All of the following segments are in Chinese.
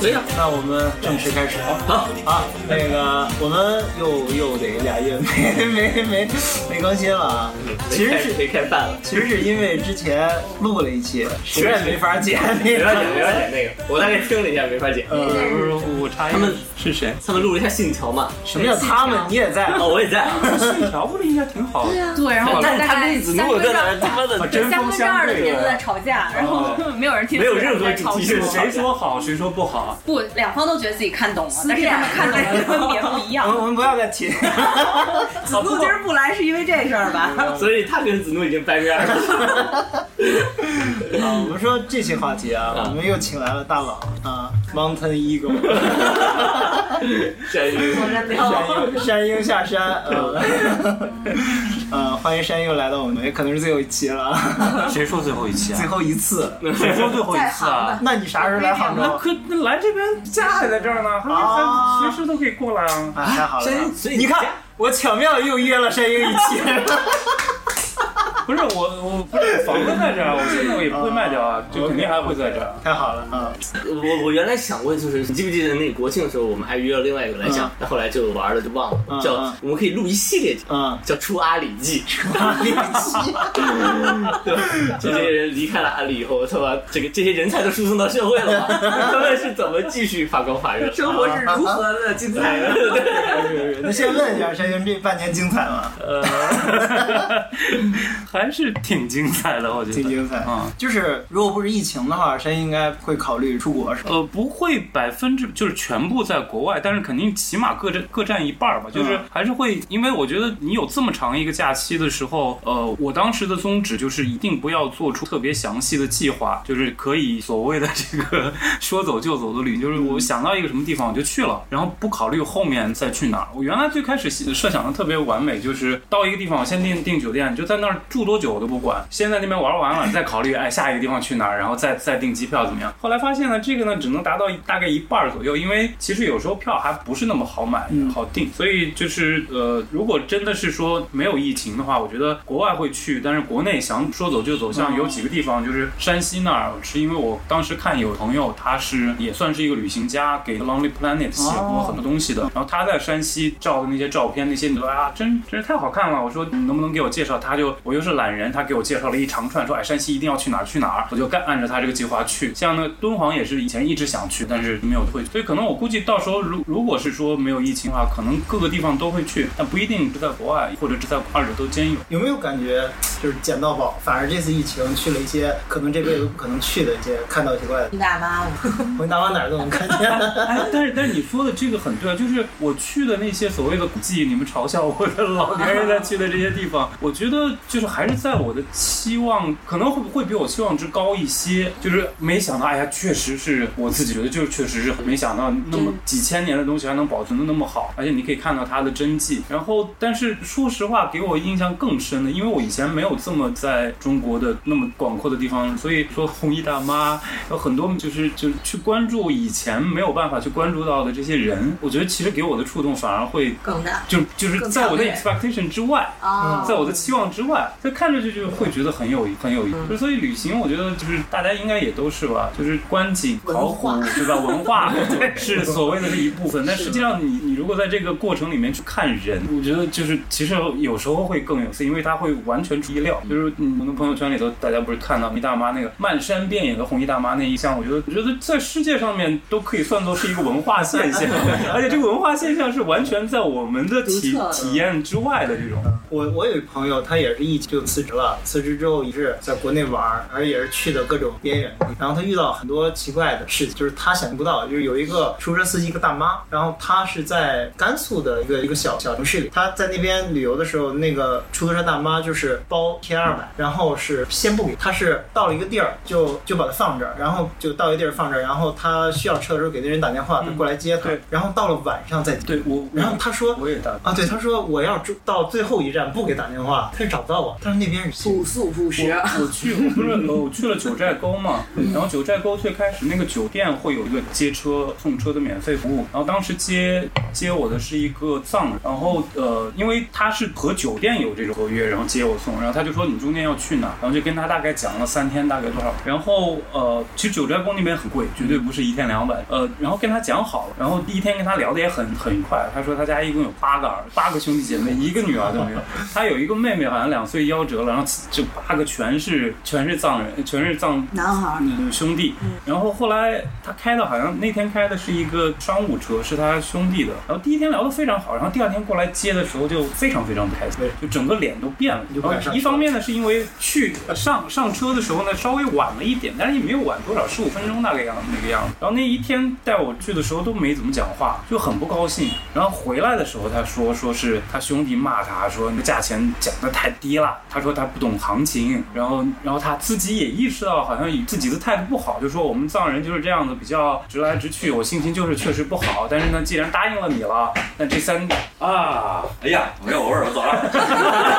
行，啊那我们正式开始啊啊！那个我们又又得俩月没 没没没更新了啊，其实是谁开饭了？其实是因为之前录了一期，实在没法剪那没法 剪，没法个。剪那个，我大概听了一下，没法剪。呃，对不是，我查一下他们是谁？他们录了一下信条嘛，什么叫他们？你也在啊哦，？我也 在，信条不是应该挺好的？对，然后我哦但们是大他们概一直三分弄我在之哪二儿，他妈的，针三锋分之二相的对人都在的，吵架，然后没有人听，没有任何在吵主题什性么是谁说哦好谁说不好？不，两方都觉得自己看懂了，但是他们看懂的观点不一我们样。我们不要再提。啊子路今儿不来是因为这事儿吧？所以他跟子路已经掰面了。 啊，我们说这些话题啊，啊我们又请来了大佬啊，Mountain Eagle，这山鹰山鹰下山啊，呃，欢迎山鹰来到我们，也可能是最后一期了， 谁说最后一期最？后一啊次。谁说最后一次 啊？那你啥时候来杭那州？可那来这边家也在这儿呢，啊他随时都可以过来啊。啊，太好了！山鹰所以你你看家，我巧妙地又约了山鹰一期。 不是我，我不是房子在这儿，我现在我也不会卖掉啊，就肯定还会在这儿。太好了啊！我我原来想过，就是你记不记得那个国庆的时候，我们还约了另外一个来讲嗯，但后来就玩了就忘嗯了。叫嗯我们可以录一系列节目， 嗯，叫《出阿里记》。李琦， 对吧？这些人离开了阿里以后，他把这个这些人才都输送到社会 了嘛？他们是怎么继续发光发热？哎生活啊是 如何的精彩的？是是那先问一下山鹰，这半年精彩吗？呃，还是挺精彩的，我觉得挺精彩。嗯就是如果不是疫情的话，山鹰应该会考虑出国是吧？呃，不会百分之就是全部在国外，但是肯定起码各占各占一半儿吧。就是嗯还是会，因为我觉得你有这么长一个假期的时候，呃，我当时的宗旨就是一定不要做出特别详细的计划，就是可以所谓的这个 说走就走的旅行，就是嗯我想到一个什么地方我就去了，然后不考虑后面再去哪儿。我原来最开始设想的特别完美，就是到一个地方我先订订酒店，就在那儿住多久我都不管，先在那边玩完了再考虑，哎，下一个地方去哪儿，然后再再订机票怎么样。后来发现呢，这个呢只能达到一大概一半儿左右，因为其实有时候票还不是那么好买、嗯好订，所以就是呃，如果真的是说没有疫情的话，我觉得国外会去，但是国内想说走就走，像有几个地方就是山西那儿，是因为我当时看有朋友他是也算是一个旅行家，给 Lonely Planet 写过很多东西的，然后他在山西照的那些照片，那些你说啊，真真是太好看了，我说你能不能给我介绍？他就我又是懒人，他给我介绍了一长串，说哎山西一定要去哪儿去哪儿，我就干按着他这个计划去。像那个敦煌也是以前一直想去，但是没有推，所以可能我估计到时候如如果是说没有疫情的话，可能各个地方都会去，但不一定是在国外，或者是在二者都兼有。有没有感觉就是捡到宝？反而这次疫情去了一些可能这辈子不可能去的一些，看到一些怪的。你大妈，我大往哪儿都能看见。哎，但是但是你说的这个很对啊，就是我去的那些所谓的古迹，你们嘲笑我的老年人在去的这些地方，我觉得就是还是在我的期望，可能会会比我期望值高一些。就是没想到，哎呀，确实是我自己觉得，就是确实是没想到，那么几千年的东西还能保存的那么好，而且你可以看到它的真迹。然后，但是说实话，给我印象更深的，因为我以前没有这么在中国的那么广阔的地方，所以说红衣大妈有很多就是就是去关注以前没有办法去关注到的这些人，我觉得其实给我的触动反而会更大就就是在我的更长远 expectation 之外，啊在我的期望之外，所以看着就就会觉得很有很有意嗯思。所以旅行，我觉得就是大家应该也都是吧，就是观景、考古，对吧？文 化是所谓的这一部分，但实际上你你如果在这个过程里面去看人，我觉得就是其实有时候会更有意思，因为它会完全出意料。就是嗯我们朋友圈里头，大家不是看到红衣大妈那个漫山遍野的红衣大妈那一项，我觉得我觉得在世界上面都可以算作是一个文化 现象，而且这个文化现象是完全在我们的体独特的体验之外的这种。我我有一朋友，他也是疫情就辞职了，辞职之后也是在国内玩儿，而且也是去的各种边缘地。然后他遇到很多奇怪的事情，就是他想象不到，就是有一个出租车司机，一个大妈，然后她是在甘肃的一个一个小小城市里，她在那边旅游的时候，那个出租车大妈就是包贴二百，然后是先不给，她是到了一个地儿就就把它放这儿，然后就到一个地儿放这儿，然后她需要车的时候给那人打电话，他过来接她，对然后到了晚上再，对我，然后她说 我也大，啊，对，他说我要住到最后一站不给打电话，他是找不到我。但是那边是朴素朴实，我去，我不是呃我去了九寨沟 嘛，然后九寨沟最开始那个酒店会有一个接车送车的免费服务，然后当时接接我的是一个藏人，然后呃，因为他是和酒店有这种合约，然后接我送，然后他他就说你中间要去哪儿，然后就跟他大概讲了三天大概多少，然后呃，其实九寨沟那边很贵，绝对不是一天两百，呃，然后跟他讲好了，然后第一天跟他聊的也很很愉快，他说他家一共有八个儿，八个兄弟姐妹，一个女儿都没有，他有一个妹妹好像两岁夭折了，然后这八个全是全是藏人，全是藏男孩儿，嗯，兄弟。然后后来他开的好像那天开的是一个商务车，是他兄弟的。然后第一天聊得非常好，然后第二天过来接的时候就非常非常不开心对，就整个脸都变了。就不敢然上车后呃一方面呢是因为去呃上上车的时候呢稍微晚了一点，但是也没有晚多少，十五分钟大概样那个样子。然后那一天带我去的时候都没怎么讲话，就很不高兴。然后回来的时候他说说是他兄弟骂他说你的价钱讲的太低了，他说他不懂行情，然后然后他自己也意识到好像以自己的态度不好，就说我们藏人就是这样子，比较直来直去，我心情就是确实不好，但是呢既然答应了你了，那这三啊哎呀，没有味儿，我走了。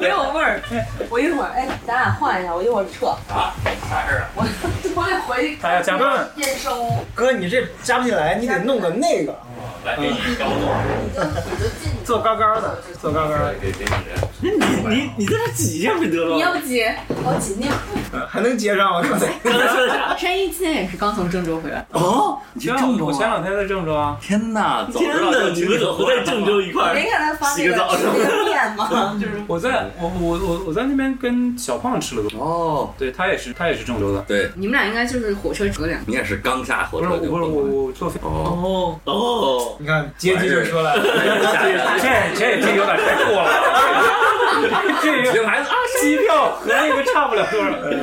没有味儿。我一会儿，哎，咱俩换一下，我一会儿撤。啊，啥事儿啊？我我得回他要加班，验收，我哥，你这加不进来，你得弄个那个，来给你高度，就进坐高高的，坐高高的，给给你人。那你你你在这挤一下不就得了你吗？要不急，我紧你。还能接上吗？刚才刚才说的啥？山一今天也是刚从郑州回来，哦，你去郑州啊我前两天在郑州啊，天哪，早 知天道哪，就你去们怎么不在郑州一 块儿没？给他发那洗个澡个那个面吗？ 就是我在我我我我在那边跟小胖吃了个，哦，对他也是他也是郑州的，对你们俩应该就是火车隔两。你也是刚下火不是车我就不是我我坐飞。哦，哦哦， 你看阶级就出来 了。这这这有点太过了，这女这孩子啊，机票和那个差不了多少。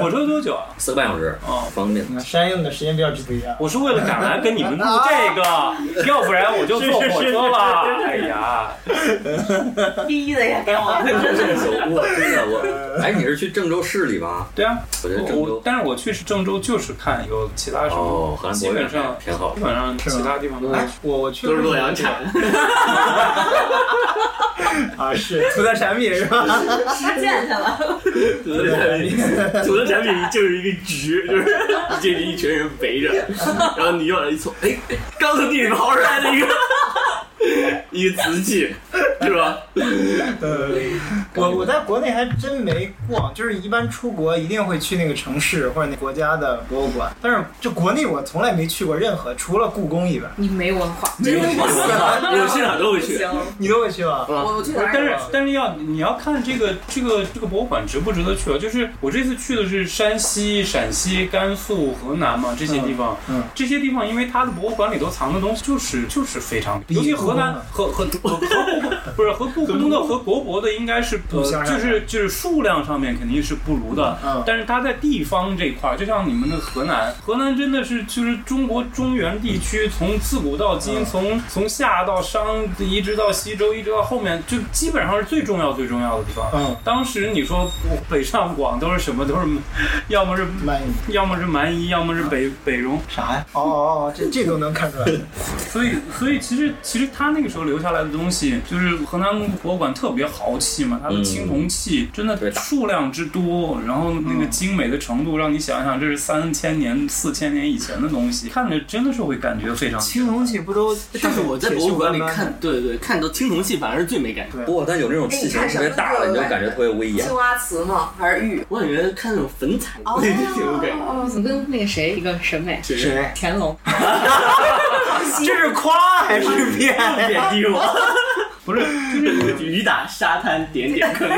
火车多久啊？四个半小时，哦方便。你看山用的时间标志不一样，我是为了赶来跟你们录这 个，要不然我就坐火车了。哎呀，逼的哎呀，真是我真的我，哎，你是去郑州市里吗？对啊，我觉得郑我州但是我去是郑州，就是看有其他什么，哦，河南基博本远上挺好基。本上其他地方都哎，我我去都是洛阳 产，啊，是涂在产品是吧？实践去了。土特产品，土特产品就是一个局，就是这一群人围 着，然后你往上一凑，哎，刚从地里刨出来的一个一个 瓷器，是 吧？呃，我我在国内还真没逛，就是一般出国一定会去那个城市或者那国家的博物馆，但是就国内我从来没去过任何，除了故宫以外， 你没文化，没有去过，我去哪儿都会 去。你都会去吗？我去哪但是儿？但是要你要看这个这个这个博物馆值不值得去啊？就是我这次去的是山西、陕西、甘肃、河南嘛这些地方，嗯嗯这些地方因为它的博物馆里头藏的东西就是就是非常，比尤其故河宫南的和和和和故宫不是和故宫的和国博的应该是呃不相上下就是就是数量上面肯定是不如的，嗯但是它在地方这块儿，就像你们的河南，河南真的是就是中国中原地区，从自古到今，嗯从从夏到商，一直到西周，一直到后面，就基本上是最重要最重要的地方。嗯，当时你说我北上广都是什么？都是， 要么是满意要么是蛮夷，要么是北北戎，啥呀？哦哦哦，这这都能看出来。所以，所以其实其实他那个时候留下来的东西，就是河南博物馆特别豪气嘛，它的青铜器真的对数量之多，然后那个精美的程度，让你想想这是三千年、四千年以前的东西，看着真的是会感觉非常青铜器不都？但是我在博物馆里看，对对，看到青铜器反而是最没感受。不过但有那种器型特别大哎的，你就感觉特别威严青。花瓷吗？还是玉？我感觉看那种粉彩，哦挺有感觉。怎么跟那个谁一个审美？谁谁？乾 隆，这是夸还是骗？贬低 我，不是，就是雨打沙滩点点坑，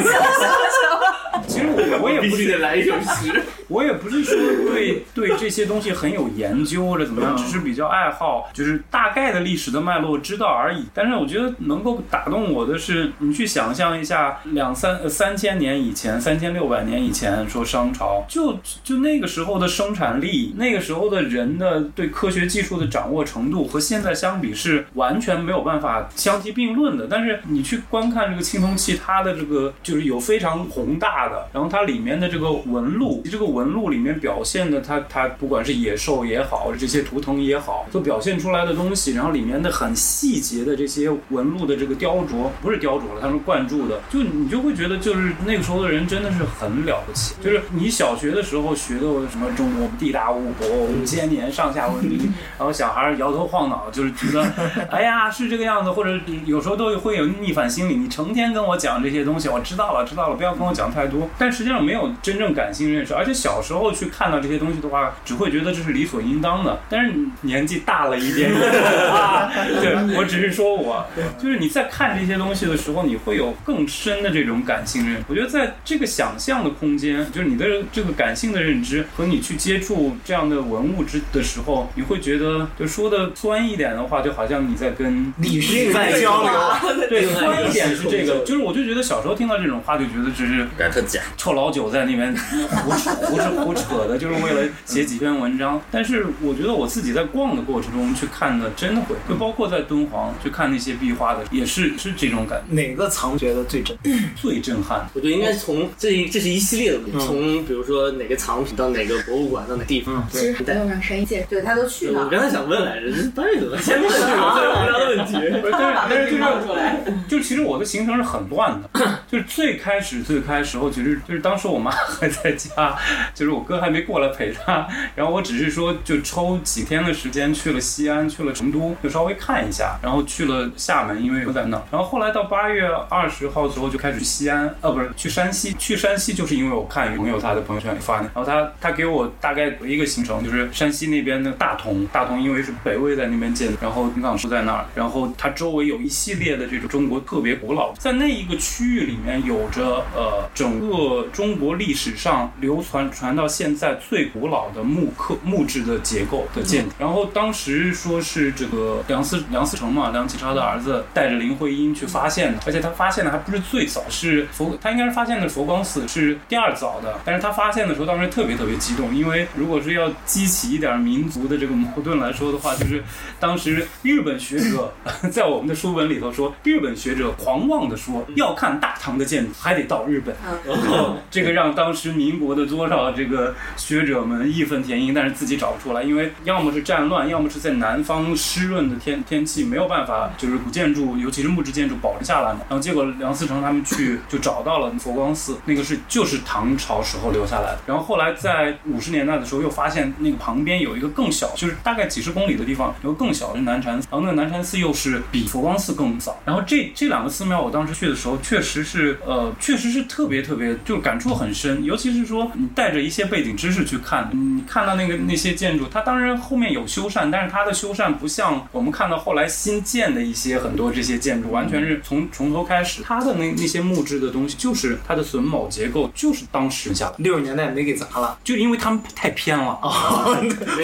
其实我我也必不须是得来一首 诗。我也不是说对 对这些东西很有研究或者怎么样，只是比较爱好，就是大概的历史的脉络知道而已。但是我觉得能够打动我的是，你去想象一下两三呃三千年以前，三千六百年以前，说商朝，就就那个时候的生产力，那个时候的人的对科学技术的掌握程度和现在相比是完全没有办法相提并论的。但是你去观看这个青铜器，它的这个就是有非常宏大的，然后它里面的这个纹路，这个纹路里面表现的它它不管是野兽也好，这些图腾也好，所表现出来的东西，然后里面的很细节的这些纹路的这个雕琢，不是雕琢了，它是灌注的，就你就会觉得就是那个时候的人真的是很了不起，就是你小学的时候学的什么中国地大物博，五千年上下文明，然后小孩摇头晃脑，就是觉得哎呀是这个样子，或者有时候都会有逆反心心里，你成天跟我讲这些东西，我知道了，知道了，不要跟我讲太多。但实际上没有真正感性认识，而且小时候去看到这些东西的话，只会觉得这是理所应当的。但是你年纪大了一点，啊， 对我只是说我，就是你在看这些东西的时候，你会有更深的这种感性认识。我觉得在这个想象的空间，就是你的这个感性的认知和你去接触这样的文物之的时候，你会觉得，就说的酸一点的话，就好像你在跟理性在交流，对，另外一酸个一点时是空这交个，流就是我就觉得小时候听到这种话，就觉得只是感觉特假。臭老九在那边胡扯胡扯胡扯的，就是为了写几篇文章。但是我觉得我自己在逛的过程中去看的，真的会，就包括在敦煌去看那些壁画的，也是是这种感哪个藏觉得最真？觉，最震撼。我觉得应该从这一这是一系列的问嗯题，从比如说哪个藏品到哪个博物馆到哪地方。嗯，其实不用让山一介绍，对他都去对我了，刚才想问来着，这到底怎么先问这种无聊的问题？不是但是但是就是冒出来，就其实我的行程是很乱的，就是最开始最开始后，其实就是当时我妈 还在家，就是我哥还没过来陪她，然后我只是说就抽几天的时间去了西安，去了成都，就稍微看一下，然后去了厦门，因为我在那儿，然后后来到八月二十号的时候就开始西安，呃，不是去山西，去山西就是因为我看朋友他的朋友圈里发的，然后他他给我大概一个行程，就是山西那边的大同，大同因为是北魏在那边建的，然后云冈是在那儿，然后它周围有一系列的这种中国特别古老，在那一个区域里面有着呃整个中国历史上流传传到现在最古老的木刻木质的结构的建筑。然后当时说是这个梁思梁思成嘛，梁启超的儿子带着林徽因去发现的，而且他发现的还不是最早，是佛他应该是发现的佛光寺是第二早的，但是他发现的时候当时特别特别激动，因为如果是要激起一点民族的这个矛盾来说的话，就是当时日本学者 在我们的书本里头说，日本学者狂妄的说，要看大唐的建筑，还得到日本。然后 这个让当时民国的多少这个学者们义愤填膺，但是自己找不出来，因为要么是战乱，要么是在南方湿润的天天气没有办法，就是古建筑，尤其是木质建筑保留下来嘛。然后结果梁思成他们去就找到了佛光寺，那个是就是唐朝时候留下来的。然后后来在五十年代的时候又发现那个旁边有一个更小，就是大概几十公里的地方有个更小的南禅寺，然后那个南禅寺又是比佛光寺更早。然后这这两个寺庙，我当时去的时候确实是呃，确实是特别特别，就是感触很深。尤其是说你带着一些背景知识去看，你看到那个那些建筑，它当然后面有修缮，但是它的修缮不像我们看到后来新建的一些很多这些建筑，完全是从从头开始。它的那那些木质的东西，就是它的榫卯结构，就是当时下来，六十年代没给砸了，就因为他们太偏了。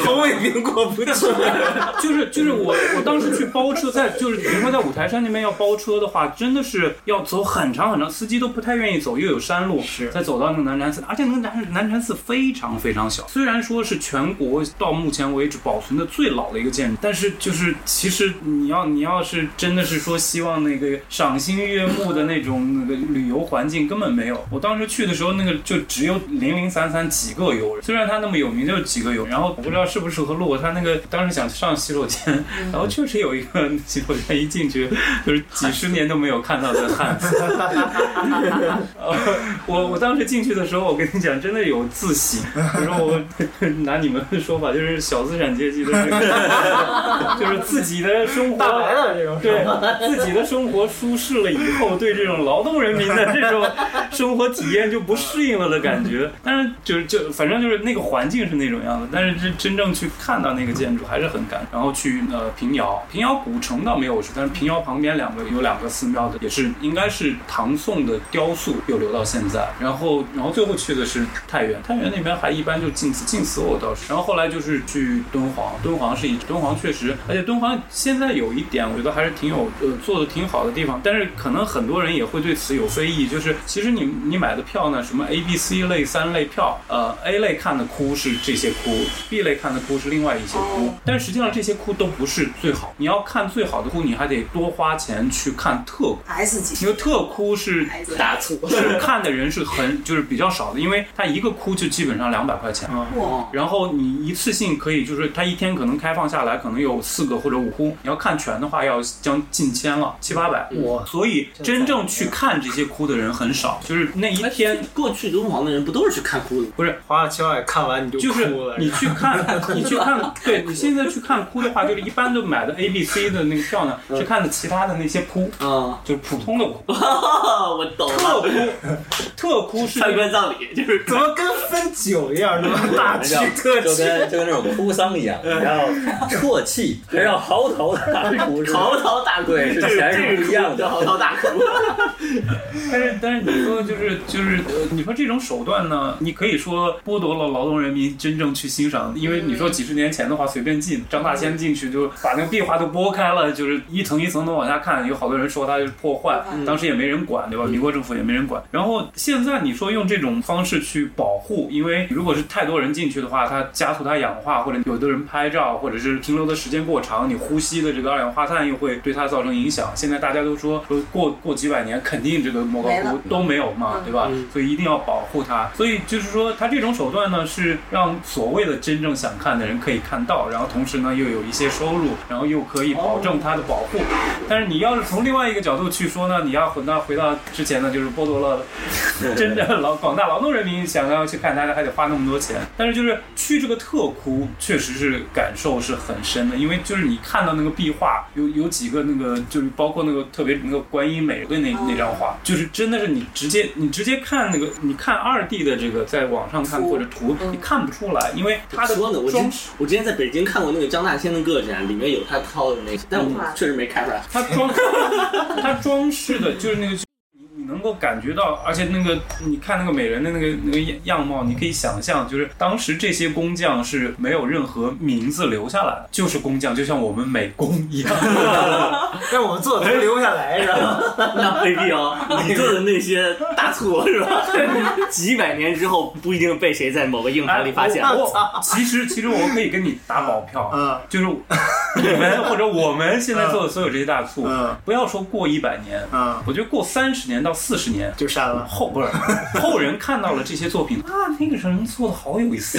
红卫兵过不去。就是就是我我当时去包车在就是比如说在五台山那边要包车的话，真的是要走很长很长，司机都不太愿意走，又有山路，是再走到那个南禅寺，而且那个南南禅寺非常非常小，虽然说是全国到目前为止保存的最老的一个建筑，但是就是其实你要你要是真的是说希望那个赏心悦目的那种那个旅游环境根本没有，我当时去的时候那个就只有零零散散几个游人，虽然它那么有名，就几个游人，然后我不知道适不适合录，他那个当时想上洗手间，然后确实有一个洗手间一进去就是几十年都没有看到的汉 字。我我当时进去的时候，我跟你讲，真的有自喜。就是我 拿你们的说法，就是小资产阶级的那个， 就是自己的生活大白的这种，对 自己的生活舒适了以后，对这种劳动人民的这种生活体验就不适应了的感觉。但是就是就反正就是那个环境是那种样子，但是真真正去看到那个建筑还是很感。然后去呃平遥，平遥古城倒没有去，但是平遥旁边两个有两个寺庙的，也是应该是唐宋的雕塑有留到现在。然后然后最后去的是太原，太原那边还一般就晋祠，晋祠我倒是。然后后来就是去敦煌，敦煌是一敦煌确实，而且敦煌现在有一点我觉得还是挺有呃做的挺好的地方，但是可能很多人也会对此有非议，就是其实你你买的票呢，什么 A、B、C 类三类票，呃 A 类看的窟是这些窟，B 类看的窟是另外一些窟，但实际上这些窟都不是最好，你要看最好的窟，你还得多花钱去看特窟。 S 级因为特窟是 打 错， 是看的人是很就是比较少的，因为它一个窟就基本上两百块钱，嗯哇，然后你一次性可以就是它一天可能开放下来可能有四个或者五窟，你要看全的话要将近千了，七八百。我所以真正去看这些窟的人很少，就是那一天天过去敦煌的人不都是去看窟的吗？不是花了千万看完你 就就是哭了，你去看， 你去看，对你嗯现在去看窟的话，就是一般都买的 A、B、C 的那个票呢，是看的其他的那些窟。啊哦就是普通的 哭，哦，我懂特了，哭，特哭是参观葬礼就是怎么跟分酒一样那么 大气特就气？跟就跟那种哭丧一样，嗯你要 啜泣，还要嚎啕大哭，是吧嚎啕大哭，对是这个全是这不个一样的叫嚎啕大哭。但是但是你说就是就是呃你说这种手段呢，你可以说剥夺了劳动人民真正去欣赏，因为你说几十年前的话随便进，张大千进去就把那个壁画都剥开了，就是一层一层的往下看，有好多人说他就是破坏，当时也没人管，对吧？民国政府也没人管。然后现在你说用这种方式去保护，因为如果是太多人进去的话，它加速它氧化，或者有的人拍照，或者是停留的时间过长，你呼吸的这个二氧化碳又会对它造成影响。现在大家都说说过过几百年肯定这个莫高没窟了嗯都没有嘛，对吧？所以一定要保护它。所以就是说，它这种手段呢，是让所谓的真正想看的人可以看到，然后同时呢又有一些收入，然后又可以保证它的保护。哦但是你要是从另外一个角度去说呢，你要回到回到之前呢，就是剥夺了 真的劳广大劳动人民想要去看它，还得花那么多钱。但是就是去这个特窟，确实是感受是很深的，因为就是你看到那个壁画，有有几个那个就是包括那个特别那个观音美的那那张画，就是真的是你直接你直接看那个，你看二 D 的这个在网上看或者图，你看不出来，因为它的说呢，我之装前我之前在北京看过那个张大千的个展，里面有他掏的那些，但嗯我确实没看出来。 它装它装饰的就是那个。你你能够感觉到，而且那个你看那个美人的那个那个样样貌，你可以想象，就是当时这些工匠是没有任何名字留下来的，就是工匠，就像我们美工一样。让我们做的都留下来是吧？那未必 哦，你做的那些大错是吧？几百年之后不一定被谁在某个硬盘里发现。哎我我其实其实我可以跟你打保票，嗯就是你们或者我们现在做的所有这些大促，嗯不要说过一百年，嗯我觉得过三十年到四十年，就删了。后不是后人看到了这些作品啊，那个人做的好有意思，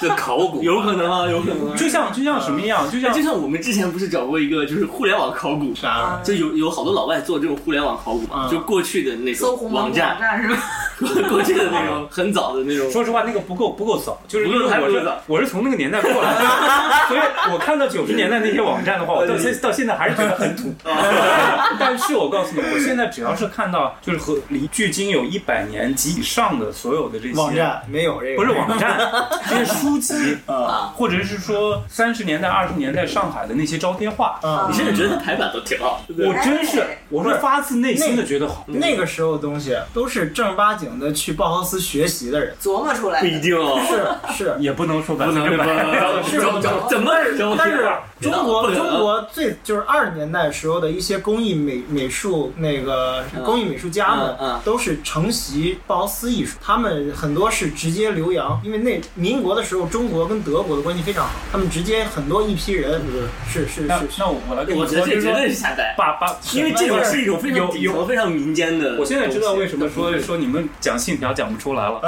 这考 古有可能啊，有可能啊。就像就像什么一样，就像哎就像我们之前不是找过一个，就是互联网考古，啥玩意儿就有有好多老外做这种互联网考古嘛，嗯就过去的那搜种狐网站，站是 吧？过去的那 种很早的那种。说实话，那个不够不够早，就是不因够为还我不够是早我是从那个年代过来 的，所以我看到九十年代那些网站的话，嗯我到现到现在还是觉得很土。 啊 但是我告诉你，我现在只要是看到就是和离距今有一百年及以上的所有的这些网站没有这个，不是网站，这些书籍， 啊或者是说三十年代、二十年代上海的那些招贴画，啊你！甚至觉得排版都挺好，对不对我真是哎我是发自内心的觉得好。那个时候的东西都是正儿八经的去鲍豪斯学习的人，琢磨出来不一定哦。是是。也不能说百不分能之百，怎么怎么？但是中不国能中国最就是二十年代时候的一些工艺美美术那个工艺美术家们嗯嗯，都是承袭鲍豪斯艺术，他们很多是直接留洋，因为那民国的时候中国跟德国的关系非常好，他们直接很多一批人是是是 那是那我我来跟你我觉说，得这就是绝说对是下载，把把，因为这种是一种非常有底层、有。非常民间的东西。我现在知道为什么说说你们讲信条讲不出 来了，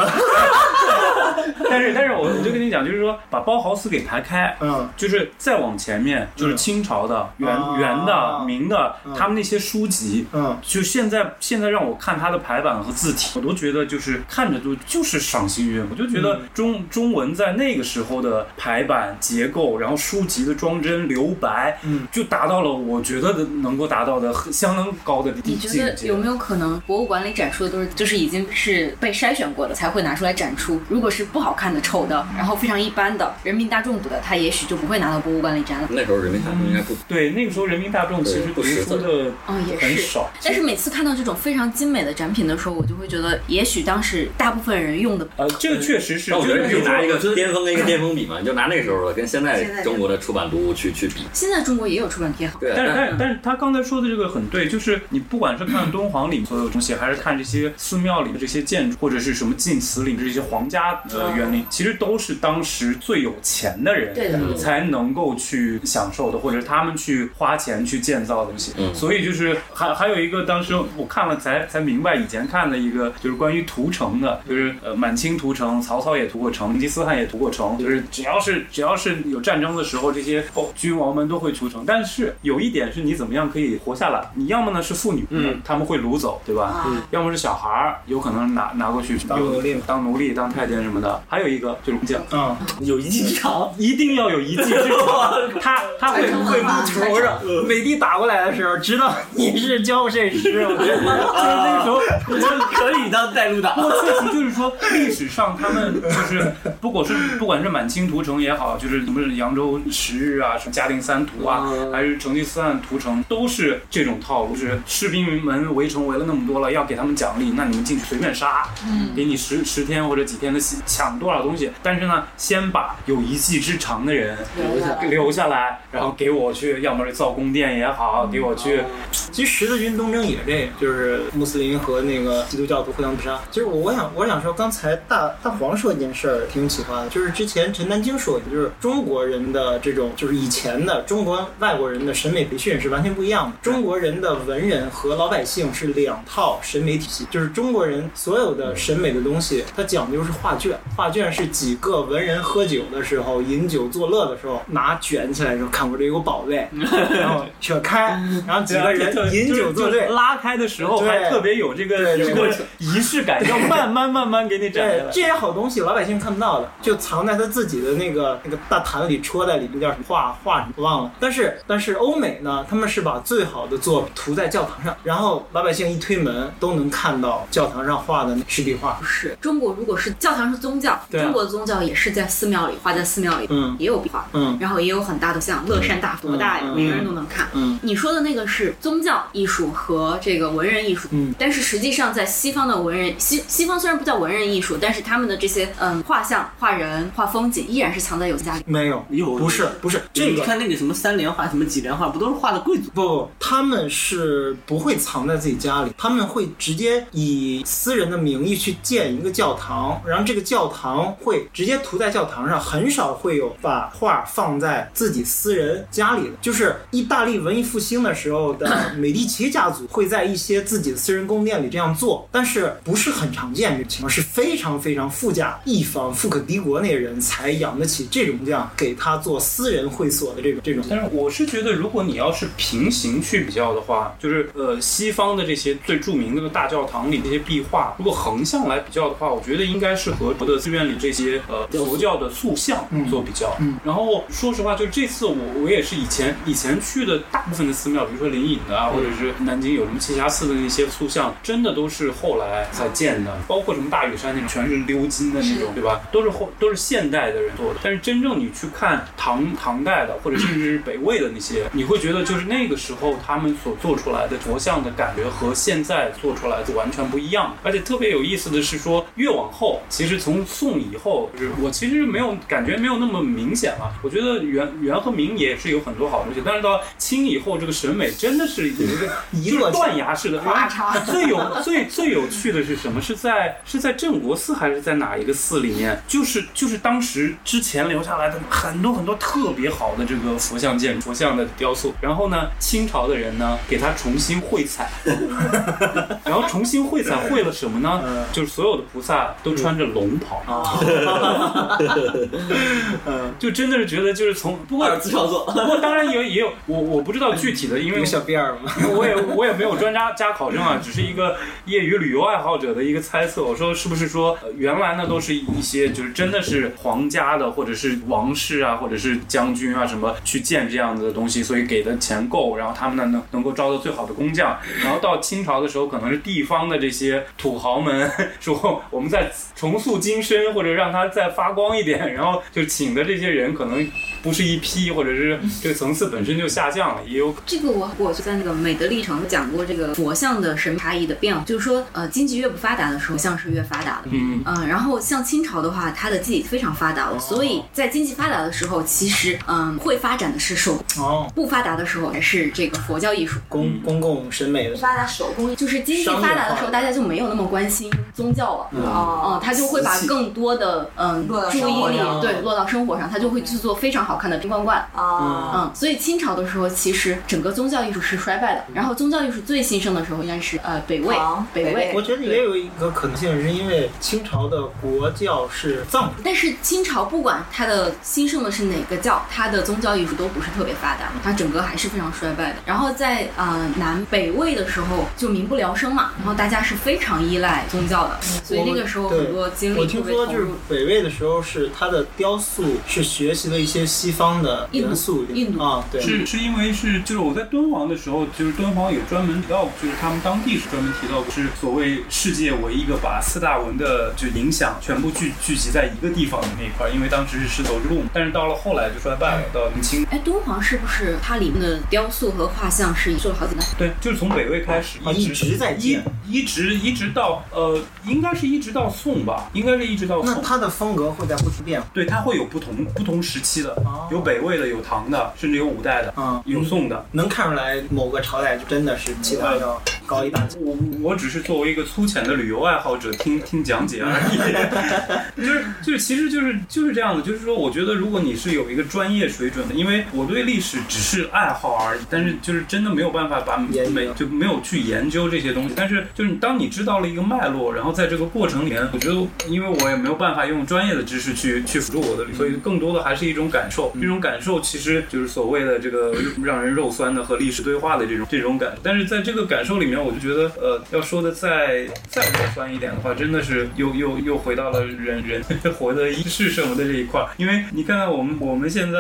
但是但是我我就跟你讲，就是说把包豪斯给排开，嗯就是再往前面就是嗯清朝的、元元的、啊明的，嗯他们那些书籍，嗯就现在现在让我看它的排版和字体，我都觉得就是看着就就是赏心悦目，我就觉嗯得中、中文在那个时候的排版结构，然后书籍的装帧留白，嗯，就达到了我觉得的能够达到的很相当高的你境觉得界。有没有可能博物馆里展出的都是就是已经是被筛选过的才会拿出来展出？如果是不好看的、丑的，然后非常一般的人民大众不的，它也许就不会拿到博物馆里展览。那时候人民大众应该不对，那个时候人民大众其实对读不识书字的哦，也很是。少。但是每次看到这种非常精美的展品的时候，我就会觉得，也许当时大部分人用的呃，这个确实是，那我觉得你就就是拿一个我觉得巅峰跟一个巅峰比嘛，你就拿那个时候的跟现现在在中国的出版读物去去比。现在中国也有出版贴好，对，但是但但是但是他刚才说的这个很对，就是你不管是看敦煌里所有东西，还是看这些寺庙里的这些建筑，或者是什么晋祠里的这些皇家呃园林，其实都是当时最有钱的人对的嗯才能够去享受的，或者他们去花钱去建造的东西。嗯所以就是还还有一个，当时我看了才才明白，以前看的一个就是关于屠城的，就是呃满清屠城，曹操也屠过城，成吉思汗也屠过城，就是只要是只要是有战争的时候，这些哦君王们都会屠城。但是有一点是你怎么样可以活下来？你要么呢是妇女，嗯，他们会掳走，对吧？啊要么是小孩儿，有可能拿拿过去当奴隶当奴隶、当太监什么的。的，还有一个就是工匠，嗯，有一技之长，一定要有一技之 长，他他哎会会不 球上，美帝打过来的时候，知道你是教摄影师，我觉得就是那个时候，我可以当带路党。我确实就是说，历史上他们就是，不管是不管是满清屠城也好，就是什么扬州十日啊，什么嘉定三屠啊，嗯还是成吉思汗屠城，都是这种套路，就是士兵们围城围了那么多了，要给他们奖励，那你们进去随便杀，嗯给你十十天或者几天的戏抢多少东西，但是呢，先把有一技之长的人留下来留下来，然后给我去，要么是造宫殿也好，给我哦去，其实十字军东征也这样，就是穆斯林和那个基督教徒互相屠杀。就是我想，我想说，刚才大大黄说一件事儿挺有启发的，就是之前陈丹青说的，就是中国人的这种，就是以前的中国外国人的审美培训是完全不一样的。中国人的文人和老百姓是两套审美体系，就是中国人所有的审美的东西，它讲究是画卷，画卷是几个文人喝酒的时候、饮酒作乐的时候拿卷起来的时候，看我这有个宝贝，然后扯开，然后几个人就是饮酒作对就是。拉开的时候还对特别有这个对这有个仪式感，要慢慢慢慢给你展开对来，。这些好东西老百姓看不到的，就藏在他自己的那个那个大坛里、戳在里面，叫什么画画什么忘了。但是但是欧美呢，他们是把最好的作品涂在教堂上，然后老百姓一推门都能看到教堂上画的那实体画不。是中国，如果是教堂是宗教，对啊中国的宗教也是在寺庙里画，在寺庙里、嗯也有壁画，嗯然后也有很大的像乐山大佛大呀，嗯嗯每个人都能看。嗯你说的那个是宗教艺术和这个文人艺术，嗯但是实际上在西方的文人西西方虽然不叫文人艺术，但是他们的这些嗯画像、画人、画风景依然是藏在有家里。没有，有不是不是这你个。看那个什么三连画、什么几连画，不都是画的贵族？不不，他们是不会藏在自己家里，他们会直接以私人的名义去建一个教堂，然后这个教堂会直接涂在教堂上，很少会有把画放在自己私人家里的。就是意大利文艺复兴的时候的 美第奇家族会在一些自己的私人宫殿里这样做，但是不是很常见这种情况，是非常非常富甲一方、富可敌国那个人才养得起这种匠，给他做私人会所的这种这种。但是我是觉得，如果你要是平行去比较的话，就是呃，西方的这些最著名的大教堂里这些壁画，如果横向来比较的话，我觉得应该是和我的寺院里这些呃佛教的塑像做比较。嗯然后说实话，就这次我我也是以前以前去的大部分的寺庙，比如说灵隐的啊，或者嗯是南京有什么栖霞寺的那些塑像，真的都是后来才建的，包括什么大屿山那种，全是鎏金的那种，对吧？都是后都是现代的人做的。但是真正你去看唐唐代的，或者甚至是北魏的那些，你会觉得就是那个时候他们所做出来的佛像的感觉和现在做出来的完全不一样。而且特别有意思的是说，越往后，其实从宋以后，就是我其实没有感觉没有那么明显了。我觉得元元和明也是有很多好东西，但是到清以后，这个审美真的是有一个一就是落千丈断崖式的拉叉。最有最最有趣的是什么？是在是在镇国寺还是在哪一个寺里面？就是就是当时之前留下来的很多很多特别好的这个佛像建筑、佛像的雕塑。然后呢，清朝的人呢给它重新绘彩， 然后重新绘彩绘了什么呢？就是所有的菩萨都穿着龙袍， 嗯就真的是觉得就是从不过啊二次创作，不过当然也也有我我不知道具体的，因为有小辫儿吗？ 我也我也没有专家加考证啊，只是一个业余旅游爱好者的一个猜测。我说是不是说、呃原来呢都是一些就是真的是皇家的或者是王室啊或者是将军啊什么去建这样子的东西，所以给的钱够，然后他们呢能能够招到最好的工匠。然后到清朝的时候，可能是地方的这些土豪们 说我们再重塑金身或者让它再发光一点，然后就请的这些人可能不是一批，或者是这个层次本身就下降了，也有这个我我就在那个美德历程讲过这个佛像的审美差异的变化，就是说呃经济越不发达的时候，像是越发达的。嗯。嗯，然后像清朝的话，它的经济非常发达了，所以在经济发达的时候，其实嗯会发展的是手工，哦，不发达的时候才是这个佛教艺术。嗯公公共审美的。发达手工艺就是经济发达商的时业候，化大家就没有那么关心宗教了。哦哦，他就会把更多的嗯落到注生意活力上对落到生活上，他就会制作非常好看的冰罐罐。啊，嗯，所以清朝的时候，其实整个宗教艺术是衰败的。然后宗教艺术最兴盛的时候，应该是呃北魏唐，北北魏魏。我觉得也有一个可能性，是因为清朝的国教是藏但是清朝不管它的兴盛的是哪个教，它的宗教艺术都不是特别发达，它整个还是非常衰败的。然后在呃南北魏的时候就民不聊生嘛，然后大家是非常依赖宗教的，所以那个时候嗯对很多经我历会听不会说投就是入？北魏的时候，是它的雕塑是学习了一些西方的元素，印度啊，对，是是因为是就是我在敦煌的时候，就是敦煌有专门提到，就是他们当地是专门提到，是所谓世界唯一一个把四大文的就影响全部聚聚集在一个地方的那一块儿，因为当时是丝绸之路嘛。但是到了后来就衰败了，到明清哎，敦煌是不是它里面的雕塑和画像是做了好几代？对，就是从北魏开始啊，直一直在一建一直一直到呃，应该是一直到宋吧，应该是一直到那宋。它的风格会在不停变化。对，它会有不同不同时期的哦，有北魏的，有唐的，甚至有五代的，嗯有宋的。能看出来某个朝代就真的是其他要高一大截。我我只是作为一个粗浅的旅游爱好者听听讲解而已，就是就是其实就是就是这样的，就是说我觉得如果你是有一个专业水准的，因为我对历史只是爱好而已，但是就是真的没有办法把研究每就没有去研究这些东西，但是就是你当你知道了一个脉络，然后在这个过程里面，我觉得因为我也没有办法用专业的知识去去辅助我的旅，所以更多的还是一种感受，这种感受其实就是所谓的这个让人肉酸的和历史对话的这种这种感，但是在这个感受里面，我就觉得呃，要说的再再肉酸一点的话，真的是又又又回到了人人 活的是什么的这一块儿，因为你看看我们我们现在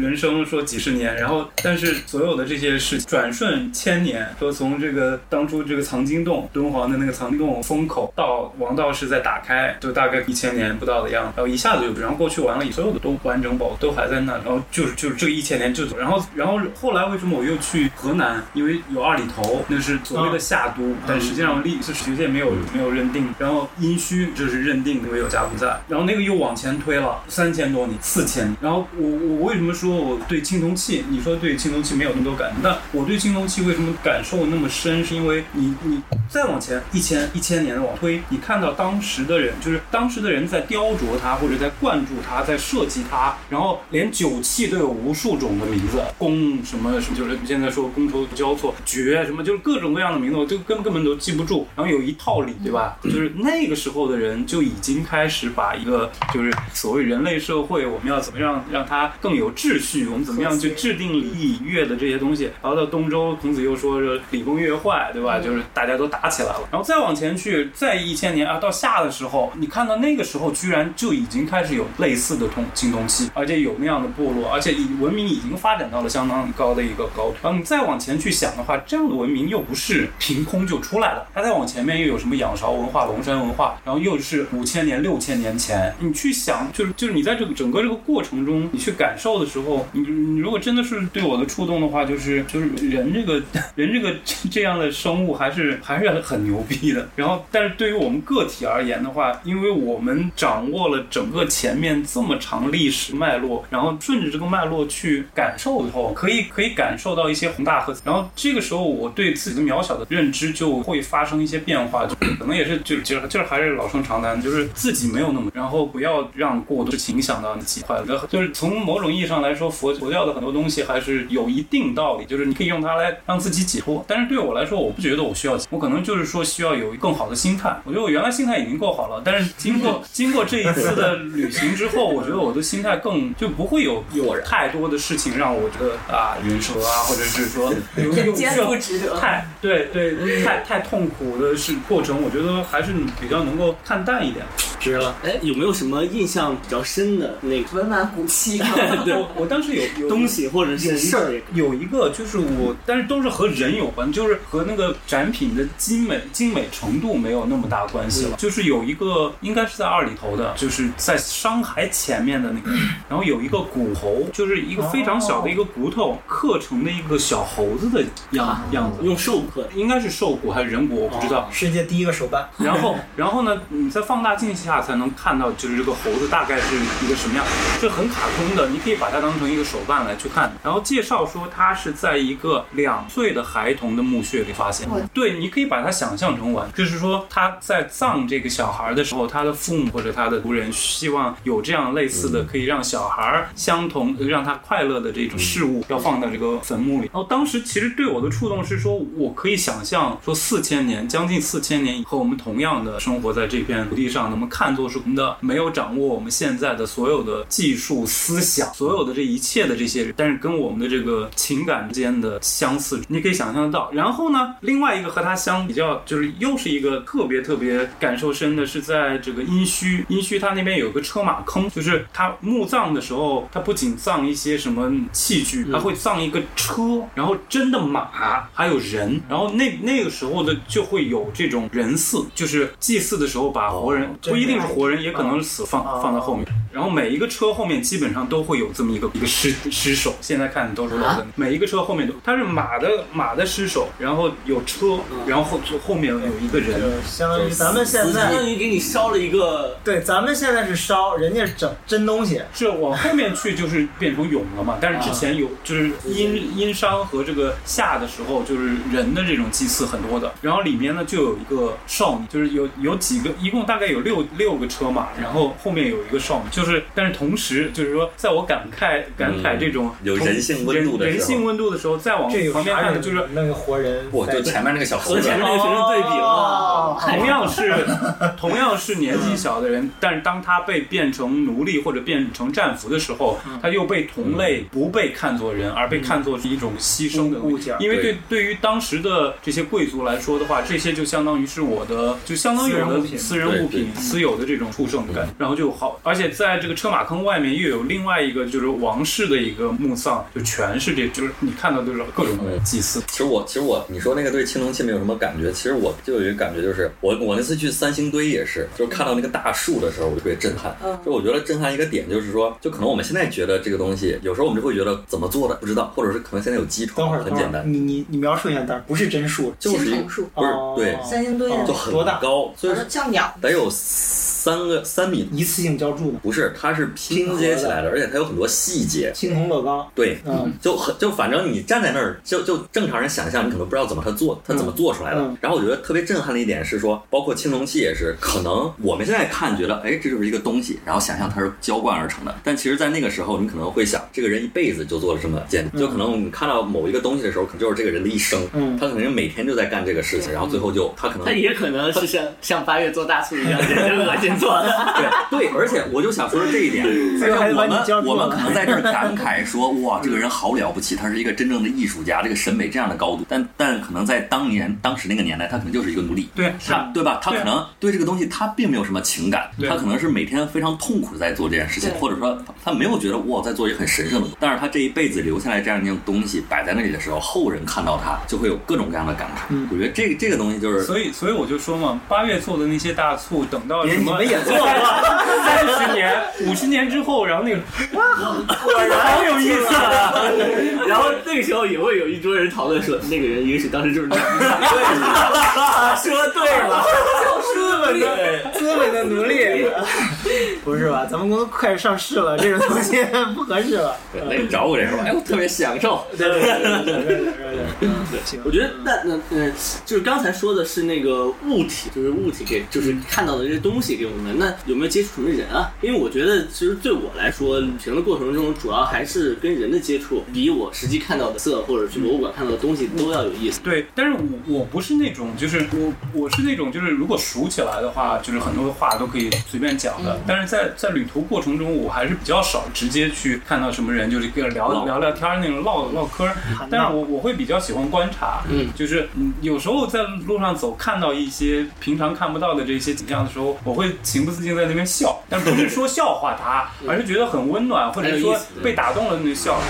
人生说几十年，然后但是所有的这些事情转瞬千年，说从这个当初这个藏经洞敦煌的那个藏经洞风口到王道士再打开，就大概一千年不到的样子，然后一下子就然后过去完了，所有的都完整保都还在那，然后就是就是这个一千年就走，然后然后后来为什么我又去河南？因为有二里头，那是所谓的夏都，但实际上历是学界没有没有认定，然后殷墟就是认定为有甲骨在，然后那个又往前推了三千多年、四千年。然后我我为什么说我对青铜器？你说对青铜器没有那么多感，但我对青铜器为什么感受那么深？是因为你你再往前一千一千年的往推，你看到当时的人，就是当时的人在雕琢它，或者在灌注它，在设计它，然后连酒器都有无数种的名字，觥什么什么，就是现在说觥筹交错，爵什么，就是各种各样的名字，我就根根本都记不住。然后有一套理，对吧？就是那个时候的人就已经开始把一个就是所谓人类社会，我们要怎么样让它更有秩序，我们怎么样去制定礼以乐的这些东西。然后到东周，孔子又说是礼崩乐坏，对吧？就是大家都打起来了。然后再往前去，再一千年啊，到夏的时候，你看到那个时候居然就已经开始有类似的铜青铜器，而且有那样的部落，而且已文明已经发展到了相当高的一个高度。然后你再往前去想的话，这样的文明又不是凭空就出来的，它再往前面又有什么仰韶文化、龙山文化，然后又是五千年、六千年前，你去想，就是就是你在这个整个这个过程中，你去感受的时候，你你如果真的是对我的触动的话，就是就是人这个 人这个这样的生物还是还是很牛逼的。然后，但是对于我们个体而言的话，因为我们掌握了整个前面这么长历史脉络，然后顺着这个脉络去感受以后，可以可以感受到一些宏大和，然后这个时候我对自己的渺小的认知就会发生一些变化，就可能也是就就就是还是老生常谈，就是自己没有那么，然后不要让过多事情影响到你自己快乐。就是从某种意义上来说，佛佛教的很多东西还是有一定道理，就是你可以用它来让自己解脱。但是对我来说，我不觉得我需要解，我可能就是说需要有更好的心态。我觉得我原来心态已经够好了，但是经 过经过这一次的旅行之后，我觉得我的心态更就不会有有太多的事情让我觉得啊晕车啊，或者是说 有有需艰要苦值得。太对对，太太痛苦的是过程，我觉得还是比较能够看淡一点。值了。哎，有没有什么印象比较深的那个文玩古气， 啊哦对我我当时有有东西或者有是一事儿也可以？有一个就是我，但是都是和人有关，就是和那个展品的精美精美程度没有那么大关系了。嗯就是有一个应该是在二里头的，就是在商海前面的 那个，然后有一个骨猴，就是一个非常小的一个骨头刻成的一个小猴子的哦样样子，用兽刻的，应该是兽骨还是人骨，我不知道。世界第一个手办，然后，然后呢？你在放大镜下才能看到，就是这个猴子大概是一个什么样，这很卡通的，你可以把它当成一个手办来去看。然后介绍说，它是在一个两岁的孩童的墓穴里发现哇。对，你可以把它想象成完，就是说他在葬这个小孩的时候，他的父母或者他的族人希望有这样类似的，可以让小孩相同，让他快乐的这种事物，要放到这个坟墓里。然后当时其实对我的触动是说，我可以想象说四千年，将近四千年以后，我们同样的生活在这片土地上，那么看作是我们的没有掌握我们现在的所有的技术、思想，所有的这一切的这些，但是跟我们的这个情感之间的相似，你可以想象得到。然后呢，另外一个和它相比较，就是又是一个特别特别感受深的，是在这个殷墟，殷墟它那边有个车马坑，就是它墓葬的时候，它不仅葬一些什么器具，它会葬一个车，然后真的马，还有人，然后那那个时候的就会有这种人祀，就是祭祀的时候把活人，真不一定的是活人，也可能是死放、哦放在后面。然后每一个车后面基本上都会有这么一个一个尸尸首，现在看都是露的。每一个车后面都，它是马的马的尸首，然后有车，然后后后面有一个人，就是呃相当于咱们现相在当于给你烧了一个对，咱们现在是烧，人家是整真东西，这往后面去就是变成俑了嘛，啊但是之前有就是殷殷商和这个夏的时候，就是人的这种祭祀很多的。然后里面呢就有一个少女，就是有有几个，一共大概有六六个车马，然后后面有一个少女，就是但是同时就是说，在我感慨感慨这种有同人性温度的人时候人性温度的时候，再往这有旁边啥看人呢，就是那个活人在，我就前面那个小和猴子，前面那个学生对比了。哦，同样是同样是年纪小的人，但是当他被变成奴隶或者变成战俘的时候，嗯他又被同类不被看作人，而被看作是一种牺牲的物物件因为对对对于当时的这些贵族来说的话，这些就相当于是我的，就相当于私人我物的品私人物对嗯品、私有的这种畜生感。然后就好，而且在这个车马坑外面又有另外一个就是王室的一个墓葬，就全是这，就是你看到的就是各种嗯的祭祀。其实我其实我你说那个对青铜器没有什么感觉，其实我就有一个感觉，就是我我那次去三星堆也是，就是看到那个大树的时候，我就特别震撼。嗯就我觉得震撼一个点就是说，就可能我们现在觉得这个东西，有时候我们就会觉得怎么做的不知道，或者是可能现在有机等床会儿，很等会简儿，单，你你你描述一下，但不是真数，就是一青个铜树不是哦对，三星堆的那就个，很多大高，所以说像鸟，得有三个三米，一次性浇筑的，不是，它是拼接起哦来的，而且它有很多细节。青铜乐高，对， 嗯，就很就反正你站在那儿，就就正常人想象，你可能不知道怎么他做他怎么做出来的。嗯然后我觉得特别震撼的一点是说，包括青铜器也是，可能我们现在看觉得，哎，这就是一个东西，然后想象它是浇灌而成的。但其实，在那个时候，你可能会想，这个人一辈子就做了这么件，就可能你看到某一个东西的时候，可能就是这个人的一生，嗯他可能每天就在干这个事情，然后最后就他可能 他也可能是嗯像像八月做大促一样，人家恶心做 的。对对，而且我就想说这一点，最后还而且哎把我你教们出来我们可能在这儿感慨说，哇，这个人好了不起，他是一个真正的艺术家，这个审美这样的高度，但但可能在当年当时那个年代，他可能就是一个奴隶。对，是他对吧？他可能对这个东西他并没有什么情感，对啊他可能是每天非常痛苦地在做这件事情，对或者说他没有觉得哇在做一个很神圣的，但是他这一辈子留下来这样一种东西摆在那里的时候，后人看到他就会有各种各样的感慨。我觉得这个这个东西就是嗯所以，所以我就说嘛，八月做的那些大促，等到别什你么们也做了， 三十年、五十年之后，然后那个，果然好有意思啊！然后那个时候也会有一桌人讨论说，那个人也许当时就是奴隶 说对了，资本的资本的奴隶， 不是吧？咱们公司快上市了，这个东西不合适了。对那你找我这个吧，哎，我特别享受。对对对对对对对，行我觉得那那嗯，就是刚才说的是那个物体，就是物体给，就是嗯看到的这些东西给我们。那有没有接触什么人啊？因为我觉得，其实对我来说，旅行的过程中，主要还是跟人的接触，比我实际看到的色或者去博物馆看到的东西都要有意思。对，但是我我不是那种，就是我我是那种，就是如果熟起来的话，就是很多话都可以随便讲嗯的。但是在在旅途过程中，我还是比较少直接去看到什么人，就是跟人聊唠聊聊天儿那种唠唠嗑儿。但是我我会比较喜欢观察，嗯就是嗯有时候在路上走，看到一些平常看不到的这些景象的时候，我会情不自禁在那边笑，但不是说笑话 他，而是觉得很温暖，或很者有说意思被打动了那笑。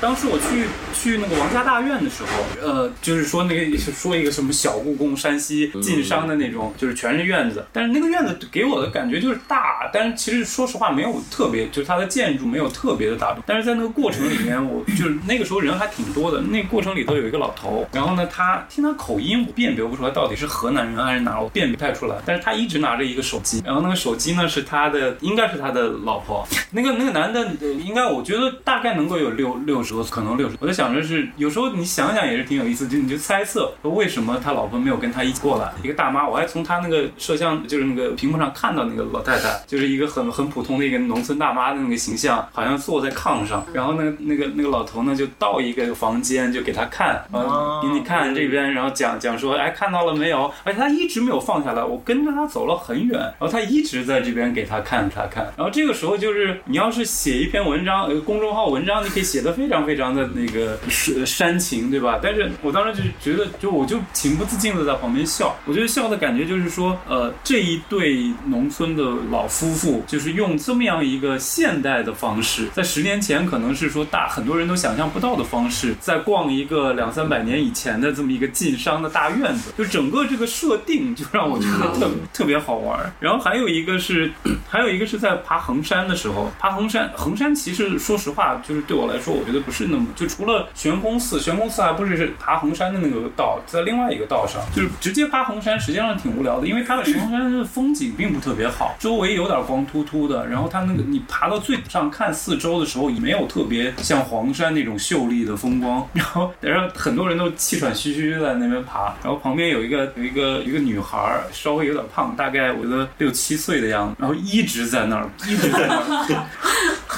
当时我去去那个王家大院的时候，呃，就是说那个说一个什么小故宫，山西晋商的那种，就是全是院子。但是那个院子给我的感觉就是大，但是其实说实话没有特别，就是它的建筑没有特别的大但是在那个过程里面，我就是那个时候人还挺多的。那个过程里头有一个老头，然后呢，他听他口音我辨别不出来到底是河南人还是哪儿，我辨别不太出来。但是他一直拿着一个手机，然后那个手机呢是 他的，应该是他的老婆。那个那个男的，呃应该我觉得大概能够有六六十十多岁，可能六十。我在想着是，有时候你想想也是挺有意思，就你就猜测为什么他老婆没有跟他一起过来。一个大妈，我还从他那个摄像就是那个屏幕上看到那个老太太，就是一个很很普通的一个农村大妈的那个形象，好像坐在炕上，然后那个那个那个老头呢就到一个房间就给他看，哦啊，给你看这边，然后讲讲说，哎，看到了没有？而且他一直没有放下来，我跟着他走了很远，然后他一直在这边给他看，他看。然后这个时候就是，你要是写一篇文章，呃，公众号文章，你可以写的非常非常的那个是呃煽情，对吧？但是我当时就觉得，就我就情不自禁的在旁边笑，我觉得笑的感觉就是说，呃，这一对农村的老夫妇，就是用这么样一个现代的方式，在十年前可能是说大很多人都想象不到的方式，在逛一个两三百年以前的这么一个晋商的大院子，就整个这个设定就让我觉得特、特别好玩儿。然后还有一个是， 还有一个是在爬衡山的时候，爬衡山，衡山其实说实话，就是对我来说，我觉得不是那么，就除了悬空寺，悬空寺还不是是爬衡山的那个道，在另外一个道上，就是直接爬衡山，实际上挺无聊的，因为它的衡山的风景并不特别好，周围有点光秃秃的，然后它那个你爬到最顶上看四周的时候，也没有特别像黄山那种秀丽的风光，然后然后很多人都气喘吁吁在那边爬，然后旁边有一个有一个有一个女孩儿，稍微有点胖，大概我觉得六七岁的样子，然后一直在那儿，一直在那儿。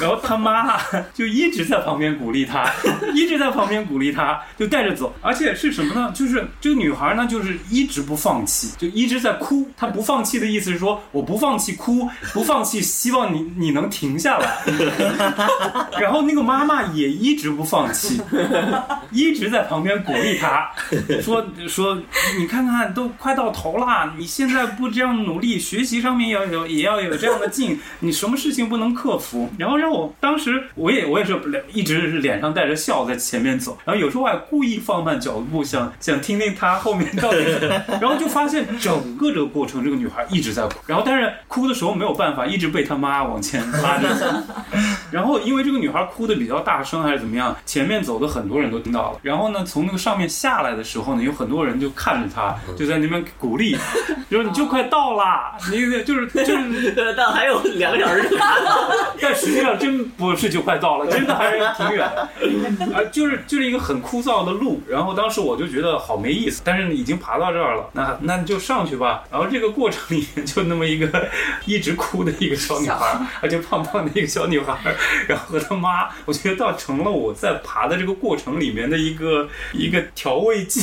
然后他妈就一直在旁边鼓励他，一直在旁边鼓励他，就带着走。而且是什么呢？就是这个女孩呢，就是一直不放弃，就一直在哭。她不放弃的意思是说，我不放弃哭，不放弃，希望你你能停下来。然后那个妈妈也一直不放弃，一直在旁边鼓励他，说说你看看都快到头啦，你现在不这样努力，学习上面要有也要有这样的劲， 你什么事情不能克服？然后让我当时我也我也是脸一直是脸上带着笑在前面走，然后有时候我还故意放慢脚步，想想听听他后面到底是，然后就发现整个这个过程这个女孩一直在哭，然后但是哭的时候没有办法，一直被他妈往前拉着走。然后因为这个女孩哭的比较大声还是怎么样，前面走的很多人都听到了。然后呢，从那个上面下来的时候呢，有很多人就看着她，就在那边鼓励，就说你就快到啦，你就是就是，但还有两个小时就爬到但实际上真不是就快到了，真的还是挺远，啊，就是就是一个很枯燥的路。然后当时我就觉得好没意思，但是已经爬到这儿了，那那你就上去吧。然后这个过程里面就那么一个一直哭的一个小女孩，而且胖胖的一个小女孩，然后和她妈，我觉得倒成了我在爬的这个过程里面的一个一个调味剂，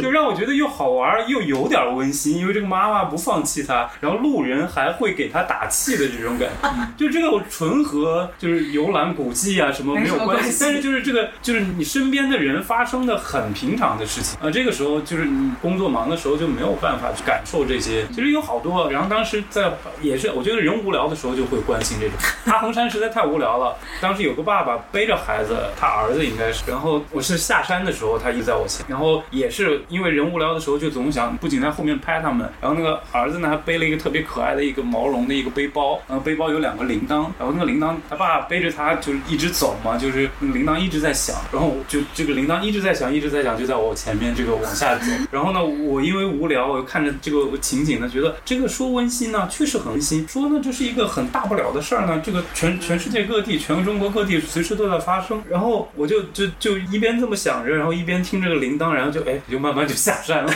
就让我觉得又好玩儿又有点温馨，因为这个妈妈不放弃她，然后路人还会给她打气的这种感觉，就这个纯和就是游览古迹啊什么没有关系，但是就是这个就是你身边的人发生的很平常的事情啊、呃这个时候就是你工作忙的时候就没有办法去感受这些，其实有好多，然后当时在也是我觉得人无聊的时候就会关心这种，爬衡山实在太无聊了，当时有个爸爸背着孩子，他儿子应该是，然后我是下山的时候，他一直在我前，然后也是因为人无聊的时候，就总想不仅在后面拍他们，然后那个儿子呢还背了一个特别可爱的一个毛绒的一个背包，然后背包有两个铃铛，然后那个铃铛他爸背着他就是一直走嘛，就是那个铃铛一直在响，然后我就这个铃铛一直在响，一直在响，就在我前面这个往下走，然后呢，我因为无聊，我就看着这个情景呢，觉得这个说温馨呢确实很温馨，说呢这是一个很大不了的事儿呢，这个全全世界各地、全中国各地随时都在发生。然后我就就就一边这么想着，然后一边听这个铃铛，然后就哎就慢慢就下山了。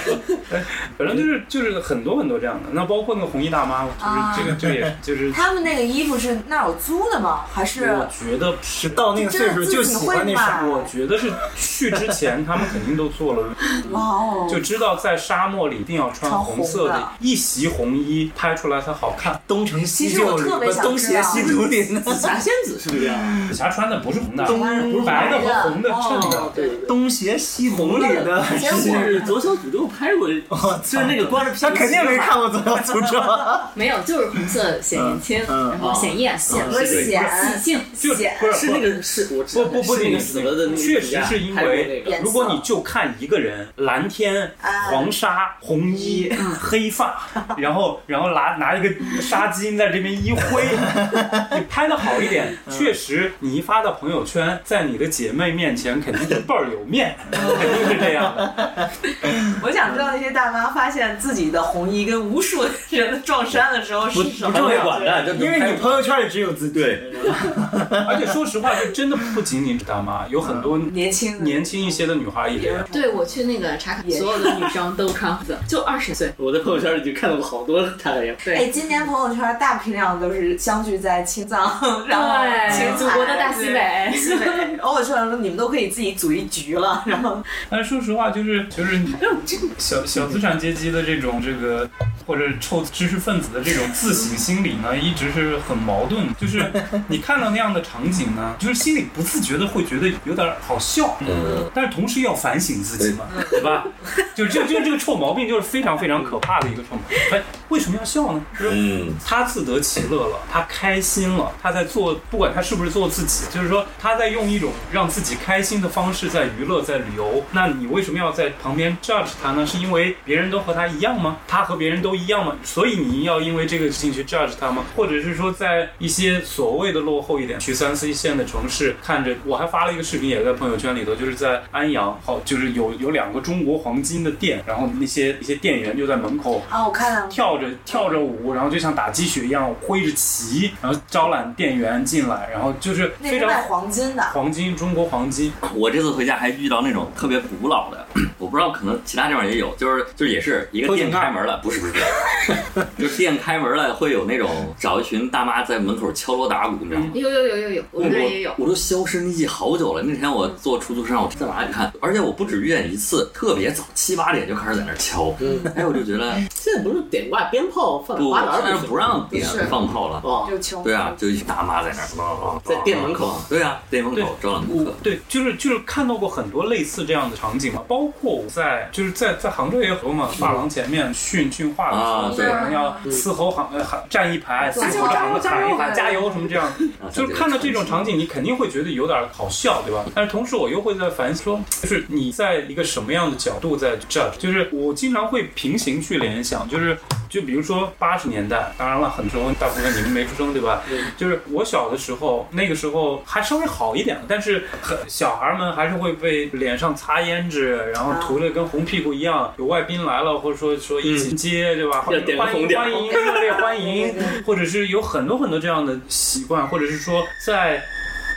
哎，反正就是就是很多很多这样的。那包括那个红衣大妈，啊就是这个这个也是就是。他们那个衣服是那儿有租的吗？还是哦我觉得是到那个岁数就喜欢那啥，我觉得是去之前，他们肯定都做了哦？就知道在沙漠里一定要穿穿红色红的的一袭红衣，拍出来才好看。东成西其实就我里特别想知道东邪西竹林，紫霞仙子是不是这样？ 紫霞穿的不是红的，东不是白的和红的哦衬的。哦对对东邪西毒里的，结果是左小祖咒拍过，就是那个光着屁股，他肯定没看过《左小诅咒》。没有，就是红色显年轻，嗯嗯然后显眼、显和喜显庆。就显不是那个是我知道不不不是那仅个是死了的那个确女实家是因拍过那为个，颜色如果你就看一个人，蓝天、啊黄纱、红衣、黑发， 然后然后拿拿一个纱巾在这边一挥，你拍的好一点，面，嗯确实你一发到朋友圈，在你的姐妹面前肯定是倍儿有面，肯定是这样的。我想知道那些大妈发现自己的红衣跟无数人的撞衫的时候是什么不样。管的，就因为你朋友圈里只有自己。对， 而且说实话，就真的不仅仅是大妈，有很多嗯年轻人年轻一些的女孩也这样。对我去那个茶卡，所有的女生都穿红色，就二十岁。我在朋友圈里就看到过好多他的样，哎，今年朋友圈大批量都是相聚在青藏，然后青祖国的大西北。西北。然后我说完了，你们都可以自己组一局了，然后但哎是说实话，就是就是你小小资产阶级的这种这个，或者臭知识分子的这种自省心理呢，一直是很矛盾。就是你看到那样的场景呢，就是心里不自觉的会觉得有点好笑，嗯，但是同时要反省自己嘛， 对吧？就这就这个臭毛病就是非常非常可怕的一个臭毛病。哎，为什么要笑呢？就是嗯，他自得其乐了，他开心了，他在做，不管他是不是做自己，就是说他在用一种让自己开心的方式在娱乐，在旅游。那你为什么要在旁边 judge 他呢？是因为别人都和他一样吗？他和别人都一样吗？所以你要因为这个事情去 judge 他吗？或者是说，在一些所谓的落后一点去三四线的城市，看着我还发了一个视频，也在朋友圈里头，就是在安阳，好，就是有有两个中国黄金的店，然后那些一些店员就在门口啊，我看到跳着跳着舞，然后就像打鸡血一样挥着旗，然后招揽店员进来，然后就是那非是卖常黄金的，黄金中国黄金， 我这次回家还遇到那种特别古老的，我不知道可能其他地方也有，就是就是也是一个偷井店盖开门了，不是不是，不是 就是店开门了会有那种找一群大妈在门口敲锣打鼓，你知道吗？有有有有嗯有，我们这儿也嗯有。我都消失匿迹好久了。那天我坐出租车，我在哪里看？而且我不止遇见一次，特别早，七八点就开始在那儿敲。嗯哎，我就觉得现在不是点挂鞭炮、放不，花篮但儿是行不让点是放炮了。哦，就穷。对啊，就一群大妈在那儿，咣咣咣在店门口对啊，店门对口招揽顾嗯客。对，就是就是看到过很多类似这样的场景嘛，包括我在就是在在杭州也有很多嗯嘛，发廊前面训训话的时啊候，对可能要嘶吼喊呃喊站一排，嘶吼加喊油加油嗯喊一喊加油什么这样，啊就是看到这种场，景，你肯定会觉得有点好笑，对吧？但是同时我又会在反思说，就是你在一个什么样的角度在 judge？就是我经常会平行去联想，就是就比如说八十年代，当然了，很多大部分你们没出生，对吧？就是我小的时候，那个时候还稍微好一点，但是很小孩们还是会被脸上擦胭脂，然后涂的跟红屁股一样，有外宾来了，或者说说一起接，对吧？嗯要点个欢红迎点欢迎，热烈欢迎，或者是有很多很多这样的习惯，或者是说在。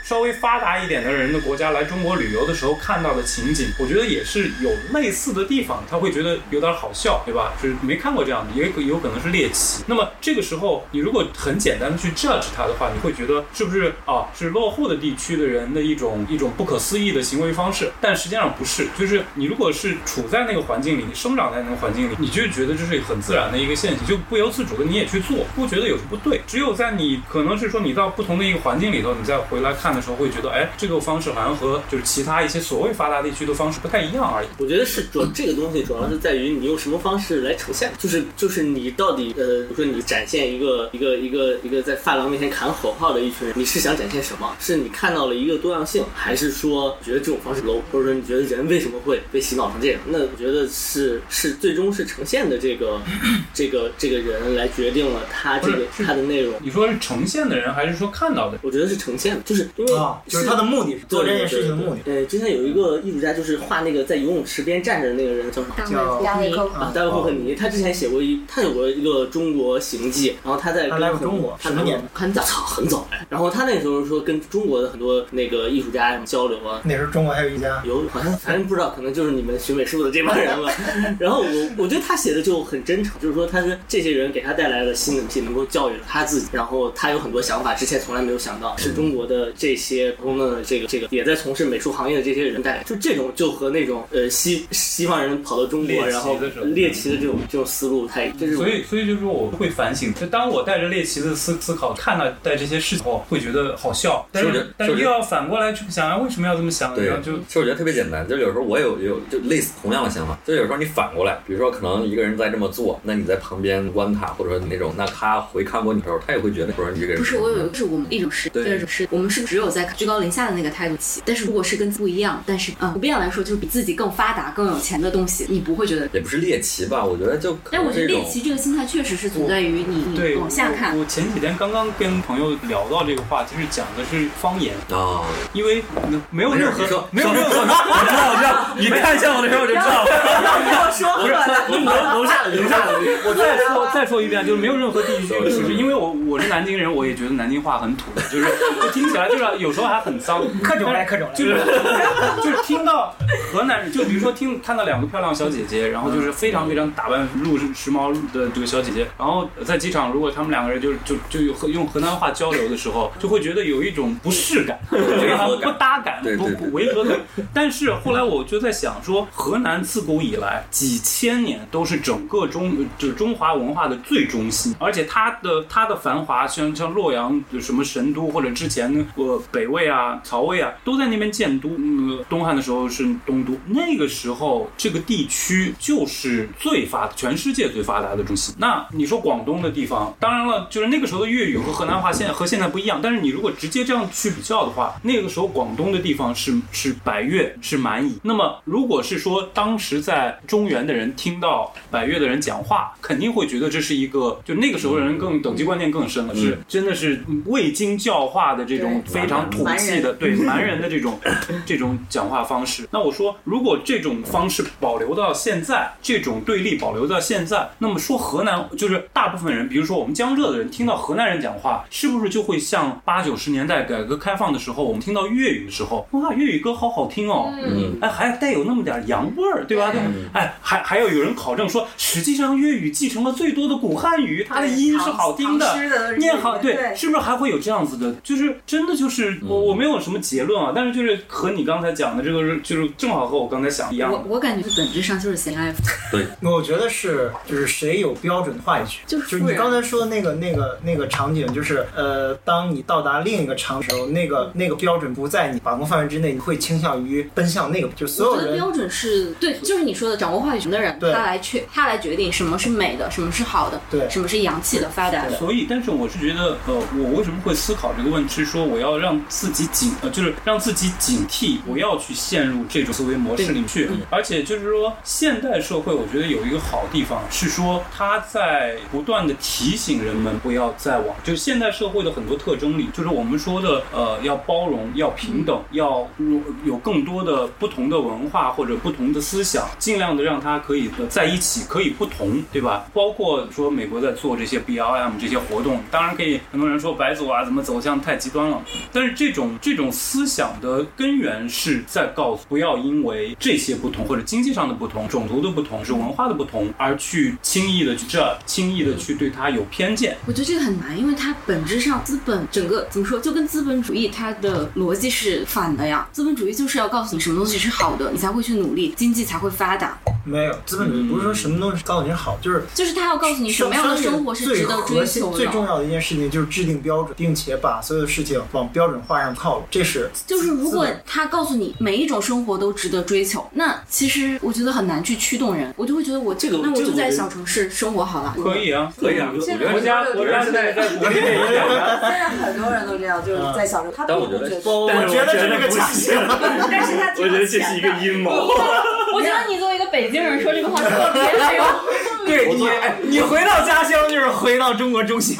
稍微发达一点的人的国家来中国旅游的时候看到的情景，我觉得也是有类似的地方，他会觉得有点好笑，对吧？就是没看过这样的，也可有可能是猎奇。那么这个时候，你如果很简单的去 judge 他的话，你会觉得是不是啊是落后的地区的人的一种一种不可思议的行为方式？但实际上不是，就是你如果是处在那个环境里，你生长在那个环境里，你就觉得这是很自然的一个现象，就不由自主的你也去做，不觉得有什么不对。只有在你可能是说你到不同的一个环境里头，你再回来看的时候，会觉得哎，这个方式好像和就是其他一些所谓发达地区的方式不太一样而已。我觉得是主要这个东西主要是在于你用什么方式来呈现，就是就是你到底呃，比如说你展现一个一个一个一个在发廊面前喊口号的一群人，你是想展现什么？是你看到了一个多样性，还是说觉得这种方式 low，或者说你觉得人为什么会被洗脑成这样？那我觉得是是最终是呈现的这个这个这个人来决定了他这个不是是他的内容。你说是呈现的人，还是说看到的人？我觉得是呈现的，就是 因为啊，就是他的目的是做这件事情的目的。对，之前有一个艺术家，就是画那个在游泳池边站着的那个人叫什么？叫亚维嗯克啊，大哦卫霍克尼，他之前写过一，他有过一个中国行记，然后他在他来过中国他什么年代很早，很早哎。然后他那时候说跟中国的很多那个艺术家什么交流啊，那时候中国还有一家有好像反正不知道，可能就是你们学美术的这帮人了。然后我我觉得他写的就很真诚，就是说他是这些人给他带来了新的东西，能够教育了他自己。然后他有很多想法，之前从来没有想到，是中国的这些普通的这个这个也在从事美术行业的这些人带来，就这种就和那种呃西西方人跑到中猎奇国的然后这种猎奇的这种这种思路太，这是我所以，所以就是说，我会反省。就当我带着猎奇的思思考看待这些事情后，会觉得好笑，但是不是是但是是不是又要反过来去想，啊，为什么要这么想？对然后，就其实我觉得特别简单，就是有时候我有有就类似同样的想法，就有时候你反过来，比如说可能一个人在这么做，那你在旁边观他，或者说你那种，那他回看过你的时候，他也会觉得，或者你这个人不是，我有一个是我们一种是，对第二种是我们是不是只有在居高临下的那个态度起。但是如果是跟不一样，但是嗯，普遍来说就是比自己更发达、更有钱的东西，你不会觉得。也不是猎奇吧，我觉得就可但哎我能觉得这猎种奇这个心态确实是存在于你你对，嗯往下看我。。我前几天刚刚跟朋友聊到这个话题，是讲的是方言，啊，因为没有没事任你何说没有任何我知道，我知道，你看一下我的时候我就知道了。不是楼楼下的楼下的，我再说再说一遍，就是没有任何地域性的歧视，因为我我是南京人，我也觉得南京话很土的，就是就听起来就是有时候还很脏，各种来，各种来。就是 就是听到河南人，就比如说听看到两个漂亮小姐姐，然后就是非常非常打扮入时髦的这个小姐姐，然后在机场如果他们两个人就就就有用河南话交流的时候，就会觉得有一种不适感，就是很不搭感，对不对对不违和感。 但是后来我就在想说，河南自古以来几千年都是整个中就是中华文化的最中心，而且它的它的繁华，像像洛阳什么神都，或者之前呢呃北魏啊、曹魏啊，都在那边建都。嗯，东汉的时候是东都，那个时候这个地区就是最发全世界最发达的中心。那你说广东的地方，当然了，就是那个时候的粤语和河南话现在和现在不一样，但是你如果直接这样去比较的话，那个时候广东的地方是是百越是蛮夷。那么如果是说当时在中原的人听到百越的人讲话，肯定会觉得这是一个就那个时候人更等级观念更深了，是真的是未经教化的这种非常土气 的对蛮人的这种这种讲话方式。那我说，如果这种方式保留到现在，这种对立保留到现在，那么说河南就是大部分人，比如说我们江浙的人，听到河南人讲话，是不是就会像八九十年代改革开放的时候，我们听到粤语的时候，哇，粤语歌好好听哦，嗯，哎，还带有那么点儿洋味儿，对吧？对吧哎，还还有有人考证说，实际上粤语继承了最多的古汉语，它的音是好听的，吃的念好对，对，是不是还会有这样子的？就是真的就是我我没有什么结论啊，但是就是和你刚才讲的这个是就是正好和我刚才想的一样我。我感觉本质上就是闲来我觉得是，就是谁有标准话语权，就是就是你刚才说的那个、那个、那个场景，就是呃，当你到达另一个场的时候，那个那个标准不在你把控范围之内，你会倾向于奔向那个，就所我有觉得人标准是对，就是你说的掌握话语权的人，对他来确他来决定什么是美的，什么是好的，对什么是洋气的、发达的。所以，但是我是觉得，呃，我为什么会思考这个问题？是说我要让自己警，呃，就是让自己警惕，不要去陷入这种思维模式里去。而且就是说，现代社会我觉得有一个好地方是说，它在不断的提醒人们不要再往，就是现代社会的很多特征里，就是我们说的，呃，要包容，要平等，要有有更多的不同的文化或者不同的思想，尽量的让它可以呃在一起，可以不同，对吧？包括说美国在做这些 BLM 这些活动，当然可以，很多人说白左啊怎么走向太极端了，但是这种这种思想的根源是在告诉不要因为这些不同或者经济上的不同、种族的不同、是文化的不同而去轻易的去这轻易的去对它有偏见。我觉得这个很难，因为它本质上资本整个怎么说，就跟资本主义它的逻辑是反的呀。资本主义就是要告诉你什么东西是好的，你才会去努力，经济才会发达。没有资本主义不是说什么东西告诉你好，就是就是他要告诉你什么样的生活是值得追求最核心最重的。要的一件事情就是制定标准，并且把所有事情往标准化上靠拢，这是就是如果资本他告诉你每一种生活都值得追求，那其实我觉得很难去驱动人。我就会觉得我这个那我这个就我在觉得小城市生活好了。可以啊，可以啊，我我觉现得在国是家国家现在在鼓励这一点啊。现在很多人都这样，就是在小时候，他但并我不觉得觉得，我但是觉得我是这个不假行象。但是他我觉得这是一个阴谋。我觉得你作为一个北京人说这个话特别没有。对你，哎你回到家乡就是回到中国中心。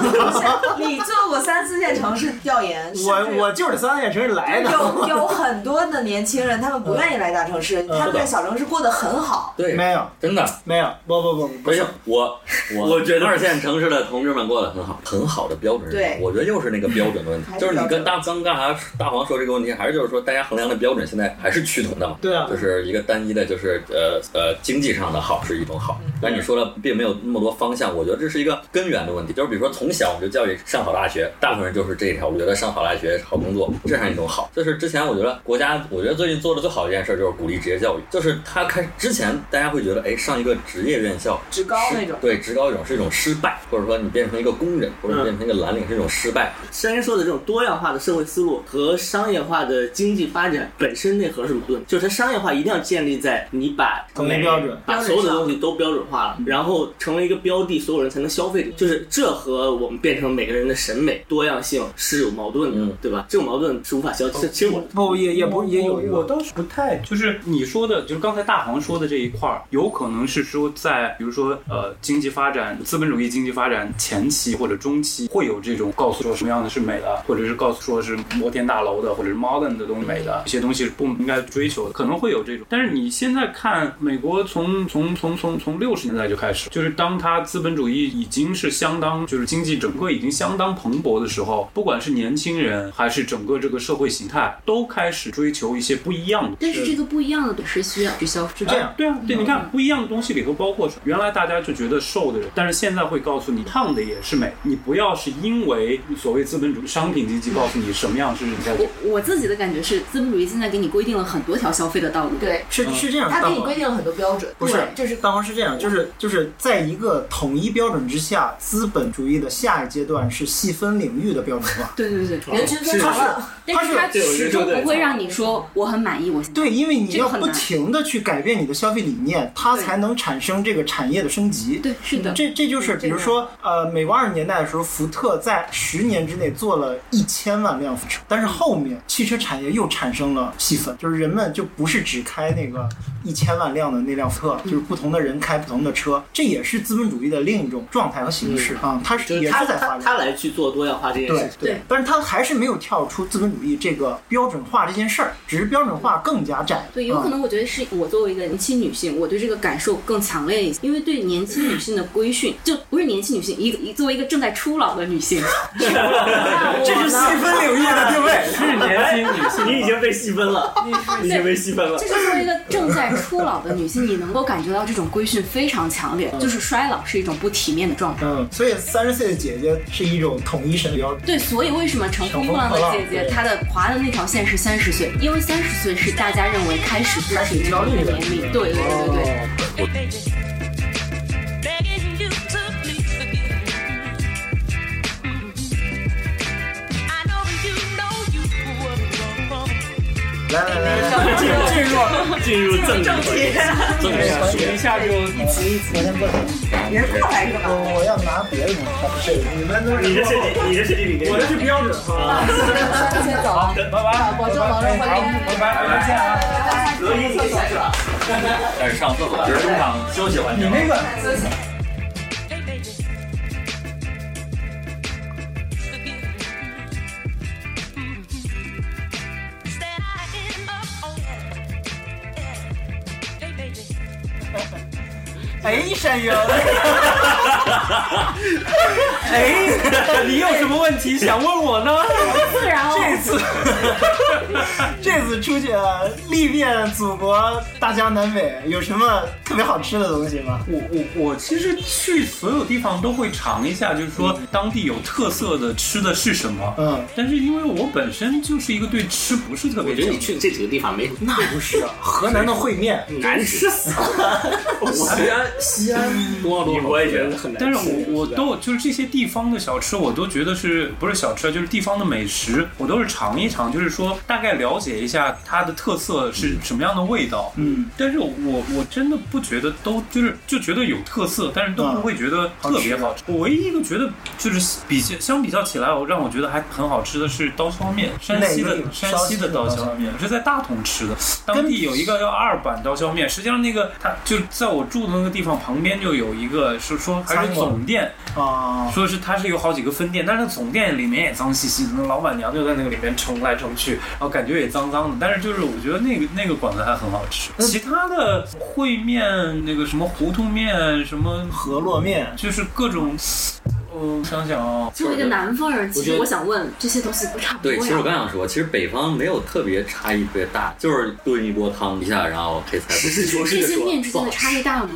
你做过三四线城市调研，是我不是我就是三线城市来的。有有很多的年轻人，他们不愿意来大城市，他们在小城市过得很好。对，没有真的。没有，不不不不而且是，我我我觉得二线城市的同志们过得很好，很好的标准是什么对我觉得又是那个标准的问题还，是就是你标准跟大刚刚才大黄说这个问题，还是就是说大家衡量的标准现在还是趋同的嘛。对啊就是一个单一的，就是呃呃经济上的好是一种好，但你说的并没有那么多方向，我觉得这是一个根源的问题。就是比如说从小我们就教育上好大学，大部分人就是这一条，我觉得上好大学好工作，这是一种好。就是之前我觉得国家，我觉得最近做的最好的一件事就是鼓励职业教育，就是他开之前大家会觉得，哎，上一个职业院校职高那种是对，职高一种是一种失败，或者说你变成一个工人，或者你变成一个蓝领是一种失败。山人说的这种多样化的社会思路和商业化的经济发展本身内核是矛盾的，就是它商业化一定要建立在你把统一每标准把所有的东西都标准化了，然后成为一个标的，所有人才能消费这就个。是这和我们变成每个人的审美多样性是有矛盾的，嗯对吧？这种矛盾是无法消解的。其实我 不也也不也有我一我个，倒是不太，就是你说的，就是刚才大黄说的这一块儿，有可能是说在比如说呃经济发展、资本主义经济发展前期或者中期，会有这种告诉说什么样的是美的，或者是告诉说是摩天大楼的，或者是 modern 的东西美的，一些东西是不应该追求的，可能会有这种。但是你现在看美国从从从从从六十年代就开始，就是当它资本主义已经是相当，就是经济整个已经相当蓬勃的时候，不管是年轻人还是整个这个社会形态，都开始追求一些不一样的。 但是这个不一样的是需要去消费，是这样啊，对啊，对，你看不一样的东西里头包括原来大家就觉得瘦的人，但是现在会告诉你胖的也是美，你不要是因为所谓资本主义商品经济告诉你什么样是你在我我自己的感觉是，资本主义现在给你规定了很多条消费的道路。对，是是这样，他大给你黄规定了很多标准，不是对这是大黄是这样，就是就是在一个统一标准之下，资本主义的下一阶段是细分领域的标准 化。对对对，人均分它享了。是但是它对我觉始得终对不会让你说我很满意，我现在对，因为你这个要很不难停的去改变你的消费理念，它对才能产生这个产业的升级。嗯对是的，这这就是，比如说，呃，美国二十年代的时候，福特在十年之内做了一千万辆福车，但是嗯后面汽车产业又产生了细分，就是人们就不是只开那个一千万辆的那辆福特，就是不同的人开不同的车，这也是资本主义的另一种状态和形式啊，它就是是也他是在他发展。他来去做多样化这件事对情，对，但是它还是没有跳出资本主义这个标准化这件事儿，只是标准化更加窄。对，有啊可能我觉得是我作为一个年轻女性，我对这个感受更强烈一些，因为对年轻女性的规训，就不是年轻女性，一个一作为一个正在初老的 女性，这是细分领域的定位。是年轻女哎性，你已经被细分了，你已经被细分了就。是作为一个正在初老的女性，你能够感觉到这种规训非常强烈，嗯就是衰老是一种不体面的状态。嗯，所以三十岁的姐姐是一种统一审美标准。对，所以为什么乘风破浪的姐姐，她的划的那条线是三十岁，因为三十岁是大家认为开始不体面的一个年龄。对对对对对。来来来来，哦进入正题，正题哎一下就我先不聊，也是过来一个吧。我我要拿别的东西。这个你们都你的身体，你的身体里面，我的是标准 啊。那先走了，拜拜，保证保证欢迎。拜拜，再见啊。德一，你先说但是上厕所就是中场休息环节你。那个哎一声音，哎，你有什么问题想问我 呢？哦这次这次出去呃历遍祖国大江南北，有什么特别好吃的东西吗？我我我其实去所有地方都会尝一下，就是说当地有特色的吃的是什么。嗯，但是因为我本身就是一个对吃不是特我别觉得讲你究，去的这几个地方没什么那不是啊河南的烩 面，难吃死了。西安，西安，多少我也觉得很难但是我我都就是这些地方的小吃，我都觉得是不是小吃啊，就是地方的美食，我都是尝一尝，就是说大概了解一下它的特色是什么样的味道。嗯，但是我我真的不觉得都就是就觉得有特色，但是都不会觉得特别好吃。我唯一一个觉得就是比较相比较起来，我让我觉得还很好吃的是刀削面，山西的哪个山西的刀烧西的刀削削面面，我是在大同吃的，当地有一个叫二板刀削面，实际上那个它就在我住的那个地方旁边就有一个是说还是餐馆总店，啊，说是它是有好几个分店，但是总店里面也脏兮兮的，那老板娘就在那个里面冲来冲去，然后感觉也脏脏的。但是就是我觉得那个那个馆子还很好吃，嗯其他的烩面、那个什么糊涂面、什么河洛面，就是各种，嗯、想想啊、作为一个南方人，其我觉实得我想问，这些东西都差不多对，呀。其实我刚想说，其实北方没有特别差异特别大，就是炖一锅汤一下，然后配菜。实事求是这的些说，面之间的差异大吗？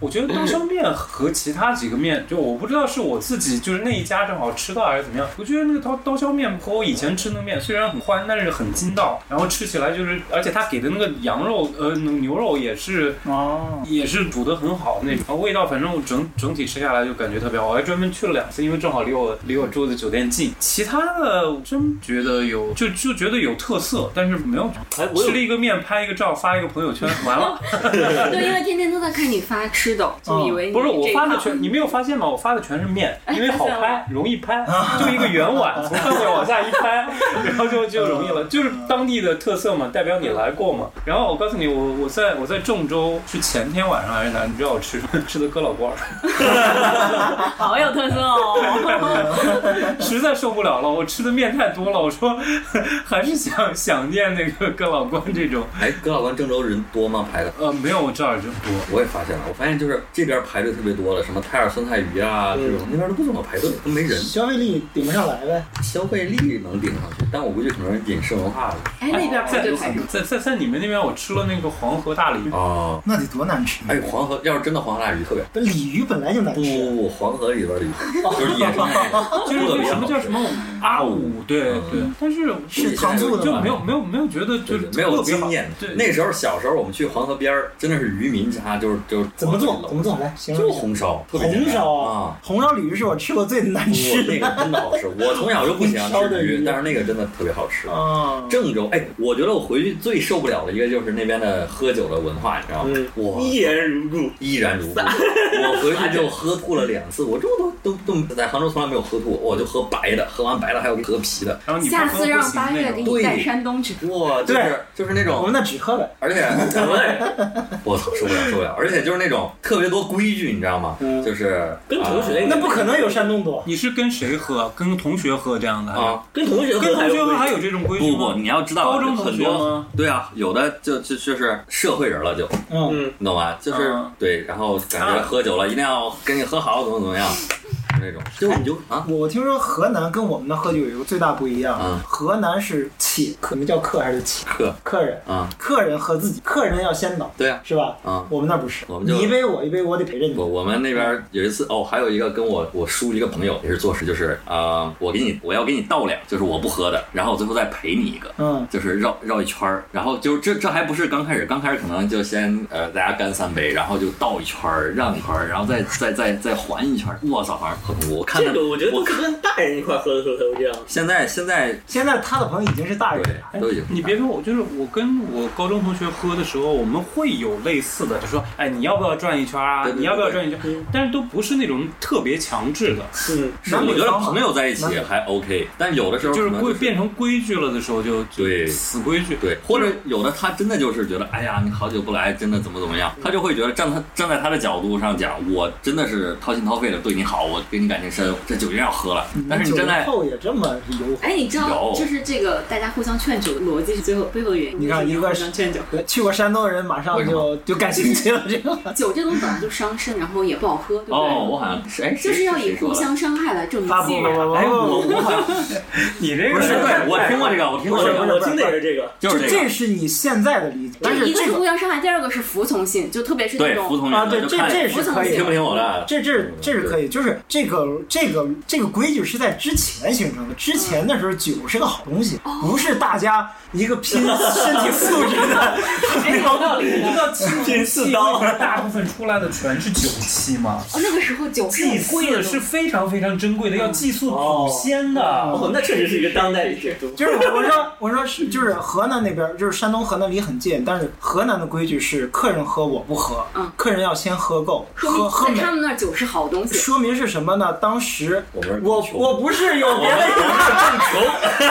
我觉得刀削面和其他几个面，就我不知道是我自己就是那一家正好吃到还是怎么样。我觉得那个刀刀削面和我以前吃那个面虽然很宽，但是很筋道，然后吃起来就是，而且他给的那个羊肉呃牛肉也是哦，也是煮的很好的那种，味道反正我整整体吃下来就感觉特别好。我还专门去了了两次，因为正好离我离我住的酒店近。其他的我真觉得有，就就觉得有特色，但是没有。吃了一个面，拍一个照，发一个朋友圈，完了。对，因为天天都在看你发吃的，就以为你嗯不是我这一发的套全，你没有发现吗？我发的全是面，因为好发 现拍，容易 拍，就一个圆碗，从上面往下一 拍，然后就就容易了，就是当地的特色嘛，代表你来过嘛。然后我告诉你，我我在我在郑州是前天晚上还是哪，你知道我吃什 么吃的哥老罐儿， 好有特色哦。 实在受不了了，我吃的面太多了，我说 还是想想念那个哥老关这种。哎，哥老关郑州人多吗？排的？呃，没有这儿人多。我也发现了，我发现就是这边排队特别多了，什么泰尔酸菜鱼嗯啊这种，那边都不怎么排队，都没人。消费力顶不上来呗。消费力能顶上去，但我估计可能是饮食文化的。哎，那边排队排什么？在在在你们那边，我吃了那个黄河大鲤鱼，哦，那得多难吃！哎，哦黄河要是真的黄河大鱼特别，不鲤鱼本来就难不吃，不不，黄河里边的鱼就是野生的，就是那特别什好么叫吃什。么阿啊五，对对，但 是是糖醋的就吗没？有没有没有觉得就是没有特别好经验。对，那时候小时候我们去黄河边儿，真的是渔民家，就是就是怎么哦做？怎么做？来形容就一下。红烧，特别简红单烧啊。，红烧鲤鱼是我吃过最难吃我那的。个真的好吃，我从小就不喜欢红烧的吃鱼鱼，但是那个真的特别好吃。 啊，郑州，哎，我觉得我回去最受不了的一个就是那边的喝酒的文化，你知道吗？我依然如故。依然如故。我回去 就喝吐了两次，我这么多都都在杭州从来没有喝吐，我就喝白的，喝完白的还有喝啤的，然后你下不次喝不让行八那月种给你带山东去。哇，就是就是那我们种，那只喝了， 而且 我操，受不了受不了，而且就是那种特别多规矩，你知道吗？嗯就是跟同学啊那不可能有山东哎多。你是跟谁喝？跟同学喝这样的？啊，跟同学跟喝同还学有喝规矩还有这种规矩不吗？不，你要知道高中很很多多。吗？对啊，有的就就就是社会人了就，嗯，你懂吧？就是、嗯对，然后感觉啊喝酒了、一定要跟你喝好，怎么怎么样， 就那种，就你就啊，我听说河南跟我们的喝酒有一个最大不一样，嗯河南是请，可能叫客还是请客客人， 啊，客人和自己，客人要先倒，对啊，是吧？啊，我们那不是，我们就你一杯我一杯，我得陪着你。我我们那边有一次哦，还有一个跟我我叔一个朋友也是做事，就是呃，我给你我要给你倒两，就是我不喝的，然后我最后再陪你一个。嗯，就是绕绕一圈儿，然后就这这还不是刚开始，刚开始可能就先呃大家干三杯，然后就倒一圈儿，绕一圈儿，然后再再再再环一圈儿。我操，反正很恐怖。我看这着个我觉得都是跟大人一块喝的时候才会这样。现在现在现在他的朋友已经是大人了，对都已经哎你别说，我就是我跟我高中同学喝的时候，我们会有类似的，就说，哎，你要不要转一圈啊？对对对你要不要转一圈？但是都不是那种特别强制的，嗯，是南北我觉得方嘛朋友在一起还 OK，但有的时候就是可能会变成规矩了的时候就就对死规矩。对，或者有的他真的就是觉得，哎呀，你好久不来，真的怎么怎么样，他就会觉得站他站在他的角度上讲，我真的是掏心掏肺的对你好，我对你感情深，这酒一定要喝了。但是你九站零在后也这么油哎，你知道有就是这个大家互相劝酒的逻辑是最后背后的原因。你看就是一个互是相劝酒，滑，去过山东的人马上为什就就感兴趣了，这个。酒这东西本来就伤身，然后也不好喝，对不对？哦，我好像是哎，谁就是要以谁说互的相伤害来证明啊不信 不任。不哎，我不不我好像你这不个是，对我听过这个，我听我过这个，我听的也是这个，就是就这这个。是你现在的理解，但就是一个这是个互相伤害，第二个是服从性，就特别是那对，服种从啊，人对，就这看这服是从可以性听不的。听我的，这这这是可以，就是这个这个这个规矩是在之前形成的。之前的时候，酒是个好东西，嗯哦不是大家一个拼身体素质的那种道理。拼四刀。大部分出来的全是酒器嘛，哦，那个时候酒是 祭很贵的祀是非常非常珍贵的，要祭祀祖先的。哦，那确实是一个当代的制度。就是我 说我说是就是河南那边，就是山东河南离很近，但是河南的规矩是客人喝我不喝嗯，客人要先喝够，喝喝说明美在。他们那儿酒是好东西。说明是什么呢？当时我们我我不是有别的意思，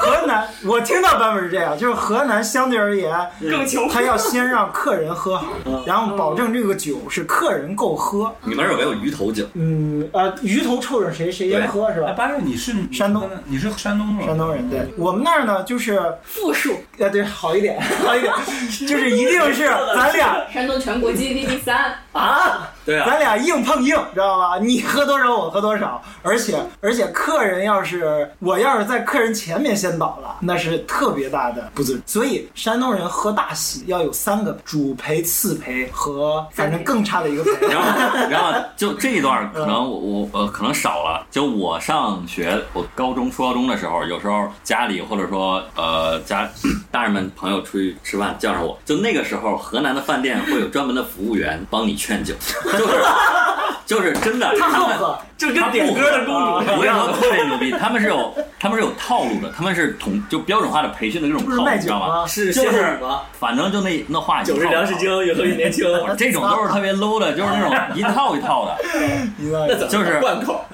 河南，我听到版本是这样，就是河南相对而言更穷，他要先让客人喝好，嗯然后保证这个酒是客人够喝。你们有没有鱼头酒？嗯，呃，鱼头臭着谁谁先喝是哎，吧？八月，你是山东，你是山东吗？山东人对，我们那儿呢就是，负数，呃，对，好一点，好 一点，就是一定是咱俩山东全国 GDP 第 三，对啊， 咱俩硬碰硬，知道吧？你喝多少，我喝多少，而且而且客人要是我要是在客人前面先倒了，那是特别大的不尊重。所以山东人喝大喜要有三个主陪、次陪和反正更差的一个陪。 然后，然后就这一段儿可能嗯我我呃可能少了。就我上学，我高中、初高中的时候，有时候家里或者说呃家大人们朋友出去吃饭叫上我，就那个时候河南的饭店会有专门的服务员帮你劝酒，就是。就是真的，他他们不喝就跟点歌的公主我一跟你说样特别牛逼，他们是有他们是有套路的，他们是统就标准化的培训的那种是套路，卖啊你知道酒吗？吗是就歇后是语吗反正就那那话一套酒是粮食精有喝一年清这种都是特别 low 的，就是那种 一套一套的。 就是贯口，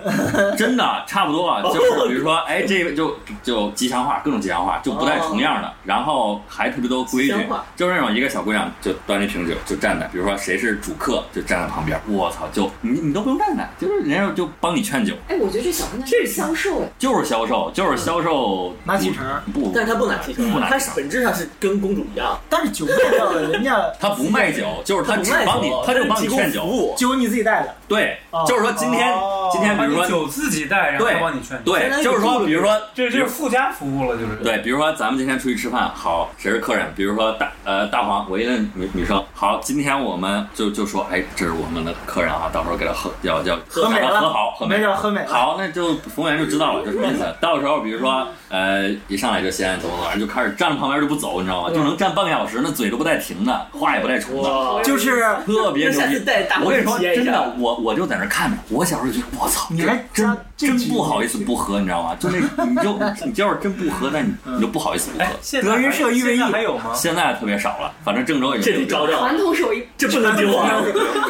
真的差不 多啊，就是比如说，哎，这个就就吉祥话，各种吉祥话，就不带重样的，然后还特别多规吉矩祥话，就是那种一个小姑娘就端一瓶酒就站在，比如说谁是主客就站在旁边，我操，就你你都不用站在，就是人家就帮你劝酒，哎，我觉得这小姑娘是销售哎，就是销售，就是销售，拿提成不，但是他不拿提啊成不，拿他提成本质上是跟公主一样，但是酒卖掉了，人家他不卖酒，就是他只帮你，他就帮你劝酒，酒你自己带的，对，就是说今天今天比如说酒自己带，然后对帮你劝酒，对，就是说比如说这这是附加服务了，就是对，比如说咱们今天出去吃饭，好，谁是客人？比如说大呃大黄，我一个女女生，好，今天我们就就说，哎，这是我们的客人啊，到时候给他喝，要要喝美了，喝好，喝美没事，喝美了。好，那就服务员就知道了，就什么意思。到时候比如说，呃，一上来就先怎么怎么，就开始站旁边就不走，你知道吗？就嗯能站半个小时，那嘴都不带停的，话也不带重的，就是特别牛那下逼次带大。黄我跟你说，体验一下真的，我我就在那看着，我小时候就觉得我操，你还真加这真局不好意思不喝，你知道吗？就 那，你就你就是真不喝，那你嗯你就不好意思不喝。现在德云社还预备役现在还有吗？现在特别少了，反正郑州也这得找 找，传统手艺，这不能丢啊！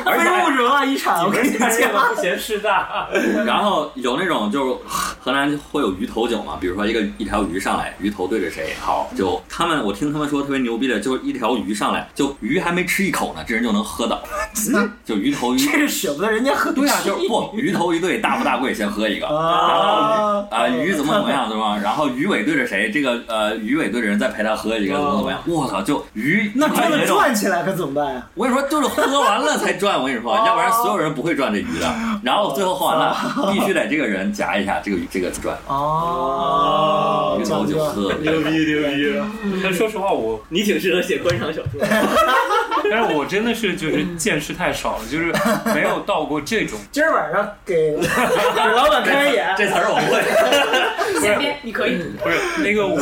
而且非物质文化遗产，啊我跟你讲，这个不嫌事 大，然后有那种就是河南会有鱼头酒嘛，比如说一个一条鱼上来，鱼头对着谁，好就他们我听他们说特别牛逼的，就是一条鱼上来，就鱼还没吃一口呢，这人就能喝倒，嗯就鱼头鱼。这是舍不得人家喝。对啊，就是不鱼头一对，大富大贵先喝一个，啊啊，鱼怎么怎么样，对吧？然后鱼尾对着谁，这个呃鱼尾对着人再陪他喝一个，怎么怎么样？我操，就鱼那真的一块钱就转起来可怎么办呀？我跟你说，就是喝完了才转。我跟你说，要不然所有人不会转这鱼的。然后最后喝完了，必须得这个人夹一下这个鱼，这个转，哦鱼头就喝。牛逼牛逼，但说实话，我你挺适合写官场小说，但是我真的是就是见识太少了，就是没有到过这种。今儿晚上 给给老板开 演，这词儿我不会。先哎别，你可以，不是那个我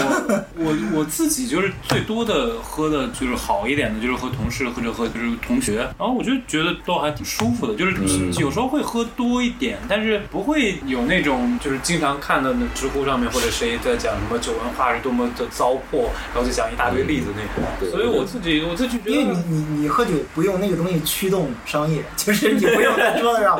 我我自己就是最多的喝的就是好一点的，就是和同事或者和就是同学，然后我就觉得都还挺舒服的，就是嗯有时候会喝多一点，但是不会有那种就是经常看到的知乎上面或者谁在讲什么酒文化是多么的糟粕，然后就讲一大堆例子那种。所以我自己我自己觉因为得你你你喝酒不用那个东西驱动商业，就是你不用在桌子上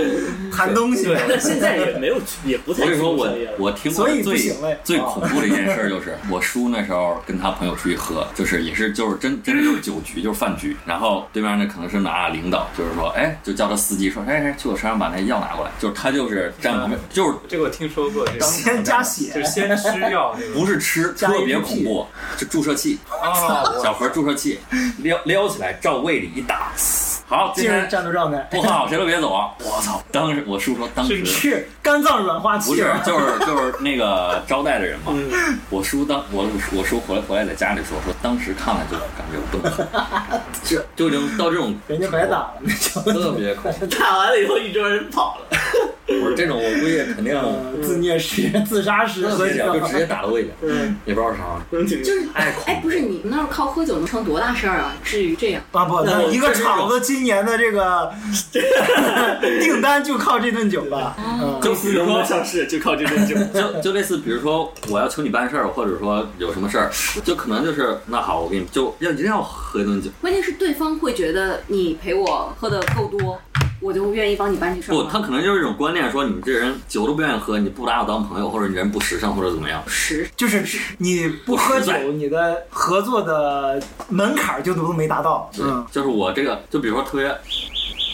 谈东西，但现在也没有，也不太 所以说我商啊业了我听过所以不最行了呀。啊最恐怖的一件事儿就是，我叔那时候跟他朋友出去喝，就是也是就是真真的就是酒局，就是饭局。然后对面那可能是哪领导，就是说，哎，就叫他司机说，哎哎，去我车上把那药拿过来。就是他就是站啊旁边，就是这个我听说过，这个先加血就，是先吃药那种。不是吃，特别恐怖，就注射器。啊哦， 小盒注射器撩撩起来，照胃里一打。好，今进入天战斗状态。不喝好，谁都别走啊！我操！当时我叔说，当时去肝脏软化器不是，就是就是那个招待的人嘛。嗯我叔当我我叔回来回来在家里说说，当时看了就感觉我不能喝， 这就已经到这种人家白打了，那就 特别恐怖。打完了以后，一桌人跑了，我说这种我估计肯定呃自虐 式、自杀式喝酒，就直接打到胃里，嗯也不知道是啥。能挺就是哎，不是你们那儿靠喝酒能成多大事儿啊？至于这样？啊不，那一个厂子今年的这个 订单就靠这顿酒 吧，嗯，就公司能不能上市就靠这 顿酒。就就类似，比如说我要求你办事儿，或者说有什么事儿，就可能就是那好，我给你就要一定要喝一顿酒。关键是对方会觉得你陪我喝的够多，我就愿意帮你办这事儿不，吗他可能就是一种观念，说你这人酒都不愿意喝，你不拿我当朋友，或者你人不实诚，或者怎么样。实就是你不喝酒，你的合作的门槛就都没达到，对嗯，就是我这个，就比如说特别，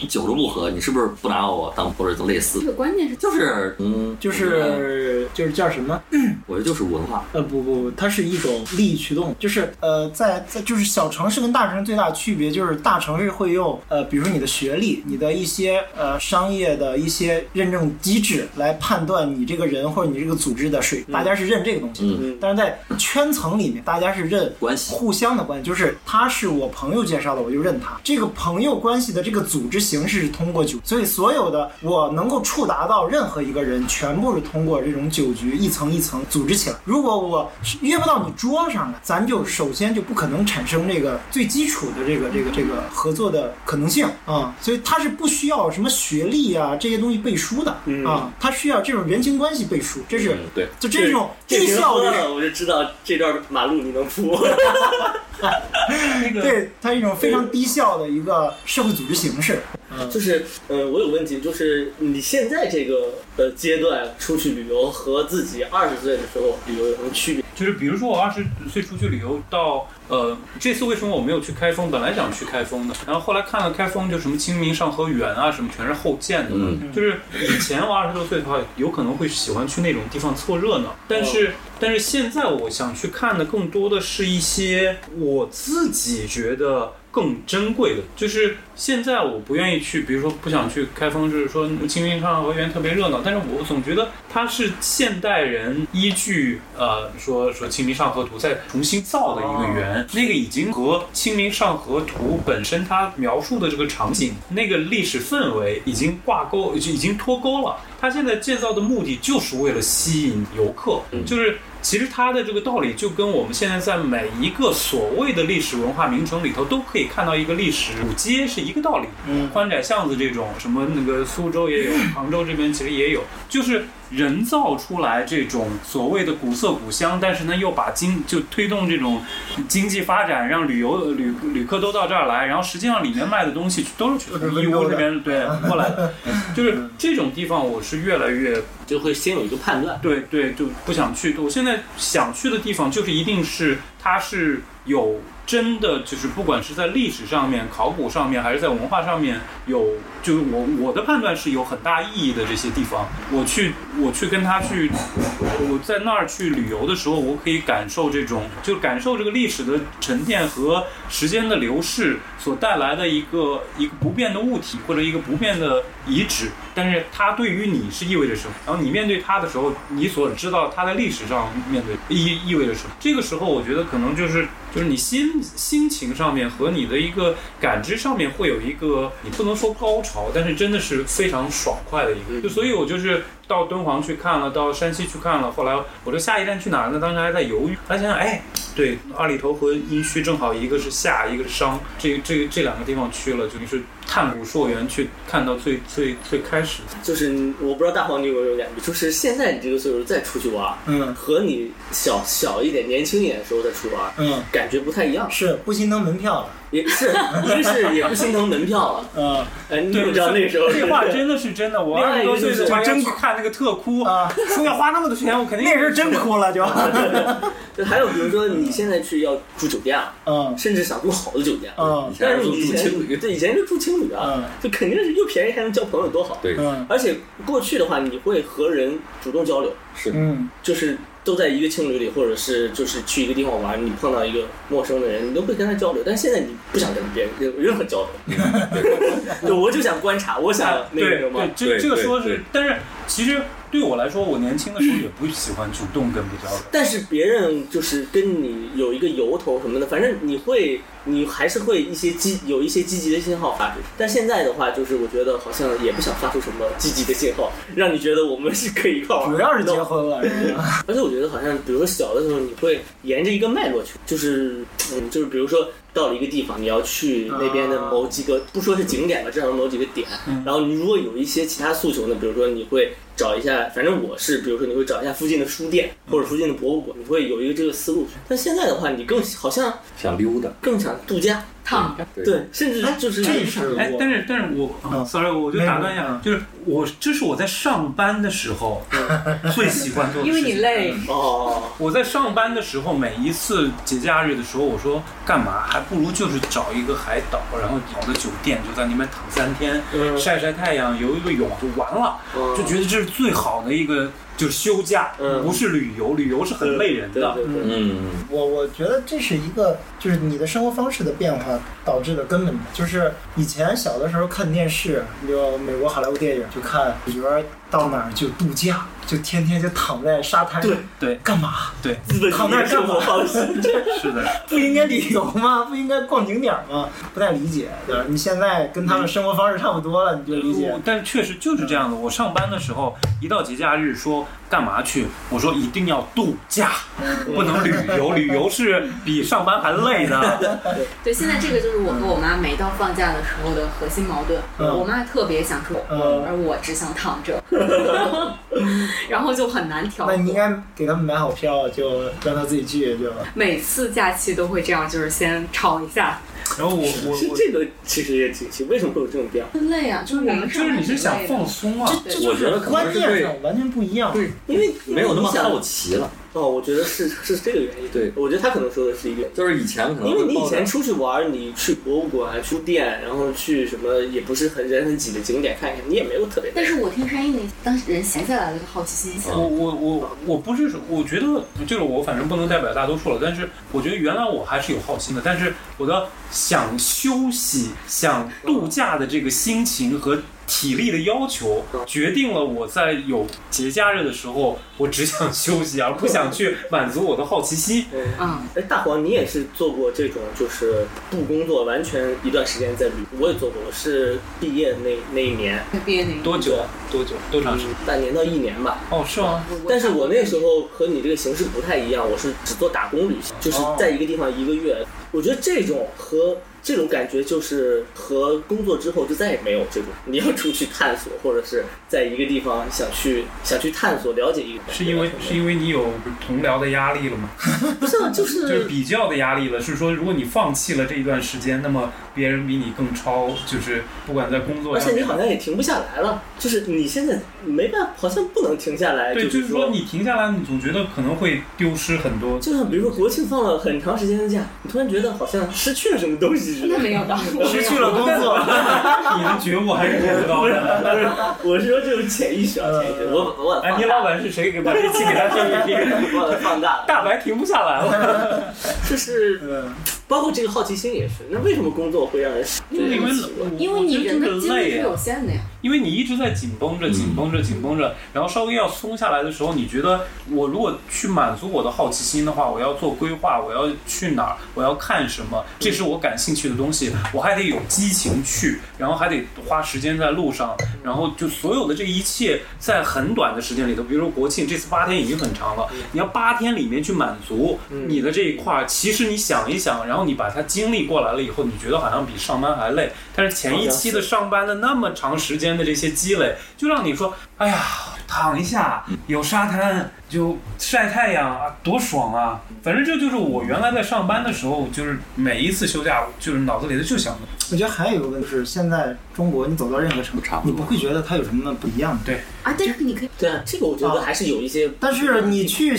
你酒都不喝，你是不是不拿我当或者就类这似？个关键是就是嗯，就我觉得是就是叫什么？我觉得就是文化，呃，不不不，它是一种利益驱动，就是呃，在在就是小城市跟大城市最大的区别就是大城市会用呃，比如说你的学历、你的一些呃商业的一些认证机制来判断你这个人或者你这个组织的水，大家是认这个东西的。嗯但是在圈层里面，大家是认关系互相的关系，就是他是我朋友介绍的，我就认他。这个朋友关系的这个组织形式是通过酒，所以所有的我能够触达到任何一个人，全部是通过这种酒局一层一层组织起来。如果我约不到你桌上来，咱就首先就不可能产生这个最基础的这个这个这个合作的可能性啊。所以它是不需要什么学历啊这些东西背书的啊，它需要这种人情关系背书，这是嗯对，就这种这具别效喝率。了，我就知道这段马路你能 铺。对，它是一种非常低效的一个社会组织形式。就是，呃，我有问题，就是你现在这个呃阶段出去旅游和自己二十岁的时候旅游有什么区别？就是比如说我二十岁出去旅游到呃，这次为什么我没有去开封？本来想去开封的，然后后来看了开封就什么清明上河园啊，什么全是后建的。嗯就是以前我二十多岁的话，有可能会喜欢去那种地方凑热闹，但是、但是现在我想去看的更多的是一些我自己觉得。更珍贵的就是现在，我不愿意去，比如说不想去开封，就是说嗯清明上河园特别热闹，但是我总觉得它是现代人依据呃说说清明上河图再重新造的一个园，那个已经和《清明上河图》本身它描述的这个场景、那个历史氛围已经挂钩，已经已经脱钩了。它现在建造的目的就是为了吸引游客，就是其实它的这个道理就跟我们现在在每一个所谓的历史文化名城里头都可以看到一个历史古街是一个道理。嗯，宽窄巷子这种，什么那个苏州也有，杭州这边其实也有，就是人造出来这种所谓的古色古香，但是呢又把经就推动这种经济发展，让旅游旅旅客都到这儿来，然后实际上里面卖的东西都是从义乌这边对过来的，就是这种地方我是越来越就会先有一个判断，对对，就不想去。我现在想去的地方就是一定是它是有真的，就是不管是在历史上面、考古上面，还是在文化上面有，就是我我的判断是有很大意义的这些地方，我去我去跟他去，我在那儿去旅游的时候，我可以感受这种，就感受这个历史的沉淀和时间的流逝所带来的一个一个不变的物体或者一个不变的遗址，但是它对于你是意味着什么？然后你面对它的时候，你所知道它在历史上面对意意味着什么？这个时候，我觉得可能就是就是你心心情上面和你的一个感知上面会有一个，你不能说高潮，但是真的是非常爽快的一个。就所以，我就是到敦煌去看了，到山西去看了，后来我说下一站去哪儿呢？当时还在犹豫，还想想，哎，对，二里头和殷墟正好一个是夏，一个是商，这这这两个地方去了，就是探古溯源，去看到最最最开始。就是你我不知道大黄你有没有感觉，就是现在你这个岁数再出去玩，嗯，和你小小一点、年轻一点的时候再出去玩，嗯，感觉不太一样，是不心疼门票了，也 是，一是也不心疼门票 了，嗯，哎，你怎么知道那个时候？这话真的是真的，我二十多岁的时候另外一个就是真去看那个特哭，啊说要花那么多钱，我肯定啊那时候真哭 了就。就还有比如说你现在去要住酒店了，嗯，甚至想住好的酒店，啊嗯但是你以前嗯对以前就住青旅啊，就肯定是又便宜还能交朋友，多好。对嗯而且过去的话，你会和人主动交流，是嗯，就是都在一个青旅里，或者是就是去一个地方玩，你碰到一个陌生的人，你都会跟他交流。但现在你不想跟别人有任何交 流，对，我就想观察，我想 那个对什么对，，这这个说是，但是其实对我来说，我年轻的时候也不喜欢主动跟别 人交流。但是别人就是跟你有一个由头什么的，反正你会，你还是会一些积有一些积极的信号发出。但现在的话，就是我觉得好像也不想发出什么积极的信号，让你觉得我们是可以一块玩。主要是结婚了，而且我觉得好像，比如说小的时候，你会沿着一个脉络去，就是嗯，就是比如说到了一个地方，你要去那边的某几个，不说是景点吧，至少是某几个点。然后你如果有一些其他诉求呢，比如说你会找一下，反正我是，比如说你会找一下附近的书店或者附近的博物馆，你会有一个这个思路。但现在的话，你更好像想溜达，更想度假，躺着。对，甚至就是嗯这是哎我，但是但是我、啊 sorry，我就打断一下，就是我这是我在上班的时候嗯最喜欢做的事情，因为你累，哦，我在上班的时候，每一次节假日的时候，我说干嘛，还不如就是找一个海岛，然后找个酒店，就在那边躺三天，嗯晒晒太阳，游一个泳就完了，嗯就觉得这是最好的一个就是休假，嗯不是旅游，旅游是很累人对的。对对，嗯，我我觉得这是一个，就是你的生活方式的变化导致的根本的，就是以前小的时候看电视，就美国好莱坞电影，就看主角到那儿就度假，就天天就躺在沙滩上，对，干嘛？对，资本躺主那义儿干的生嘛活方式，是的，不应该旅游吗？ 不应该逛景点吗？不太理解，对吧？你现在跟他们生活方式差不多了，你就理解我。但是确实就是这样的。我上班的时候，一到节假日说干嘛去，我说一定要度假，不能旅游，旅游是比上班还累的。对，现在这个就是我和我妈每到放假的时候的核心矛盾。嗯我妈特别想出国，嗯而我只想躺 着，然后就很难调那你应和。该给他们买好票，就让他自己去，就。每次假期都会这样，就是先吵一下，然后我我是这个其实也挺奇，为什么会有这种变化？累啊，就是我们嗯就是你是想放松啊？这我觉得可能观是念对上完全不一样。对，因为没有那么你想好奇了。哦，我觉得是是这个原因。对，我觉得他可能说的是一个原因。就是以前可能因为会你以抱着前出去玩儿，你去博物馆、书店，然后去什么也不是很人很挤的景点看一看，你也没有特别。但是我听山一那当时人闲下来了，就好奇心想我我我我不是说，我觉得这个我反正不能代表大多数了，但是我觉得原来我还是有好心的，但是我的想休息、想度假的这个心情和体力的要求，决定了我在有节假日的时候，我只想休息，而不想去满足我的好奇心。啊，哎，大黄，你也是做过这种，就是不工作，完全一段时间在旅。我也做过，我是毕业那那一年，毕业那个多久？啊啊多久？多长时间？半年到一年吧。哦，是吗？但是我那时候和你这个形式不太一样，我是只做打工旅行，就是哦在一个地方一个月。我觉得这种和这种感觉就是和工作之后就再也没有这种，你要出去探索，或者是在一个地方想去想去探索了解一个。是因为是因为你有同僚的压力了吗？不是啊就是就是比较的压力了，是说如果你放弃了这一段时间，那么别人比你更超，就是不管在工作而上且面，你好像也停不下来了，就是你现在没办法，好像不能停下来。对，就就是说你停下来，你总觉得可能会丢失很多。就像比如说国庆放了很长时间的假，你突然觉得好像失去了什么东西似的。那没有的，失去了工作， 你的觉悟还是挺高不是的。不是，我是说这种潜意识啊，潜意识。我我 哎，你老板是谁给把这期给他听一听？忘了放大了，大白停不下来 了， 就是嗯，包括这个好奇心也是。那为什么工作会让人因为因为你人的精力是累啊有，限的呀。因为你一直在紧绷着、紧绷着、紧绷着，然后稍微要松下来的时候，你觉得我如果去满足我的好奇心的话，我要做规划，我要去哪儿，我要看什么，这是我感兴趣的东西，我还得有激情去，然后还得花时间在路上，然后就所有的这一切在很短的时间里头，比如说国庆这次八天已经很长了，你要八天里面去满足你的这一块儿，其实你想一想，然后你把它经历过来了以后，你觉得好像比上班还累，但是前一期的上班的那么长时间的这些积累，就让你说，哎呀，躺一下，有沙滩就晒太阳啊，多爽啊！反正这就是我原来在上班的时候，就是每一次休假，就是脑子里头就想的，我觉得还有一个问题是，现在中国你走到任何城市，你不会觉得它有什么不一样的。啊，但是你可以，对啊，这个我觉得还是有一些。但是你去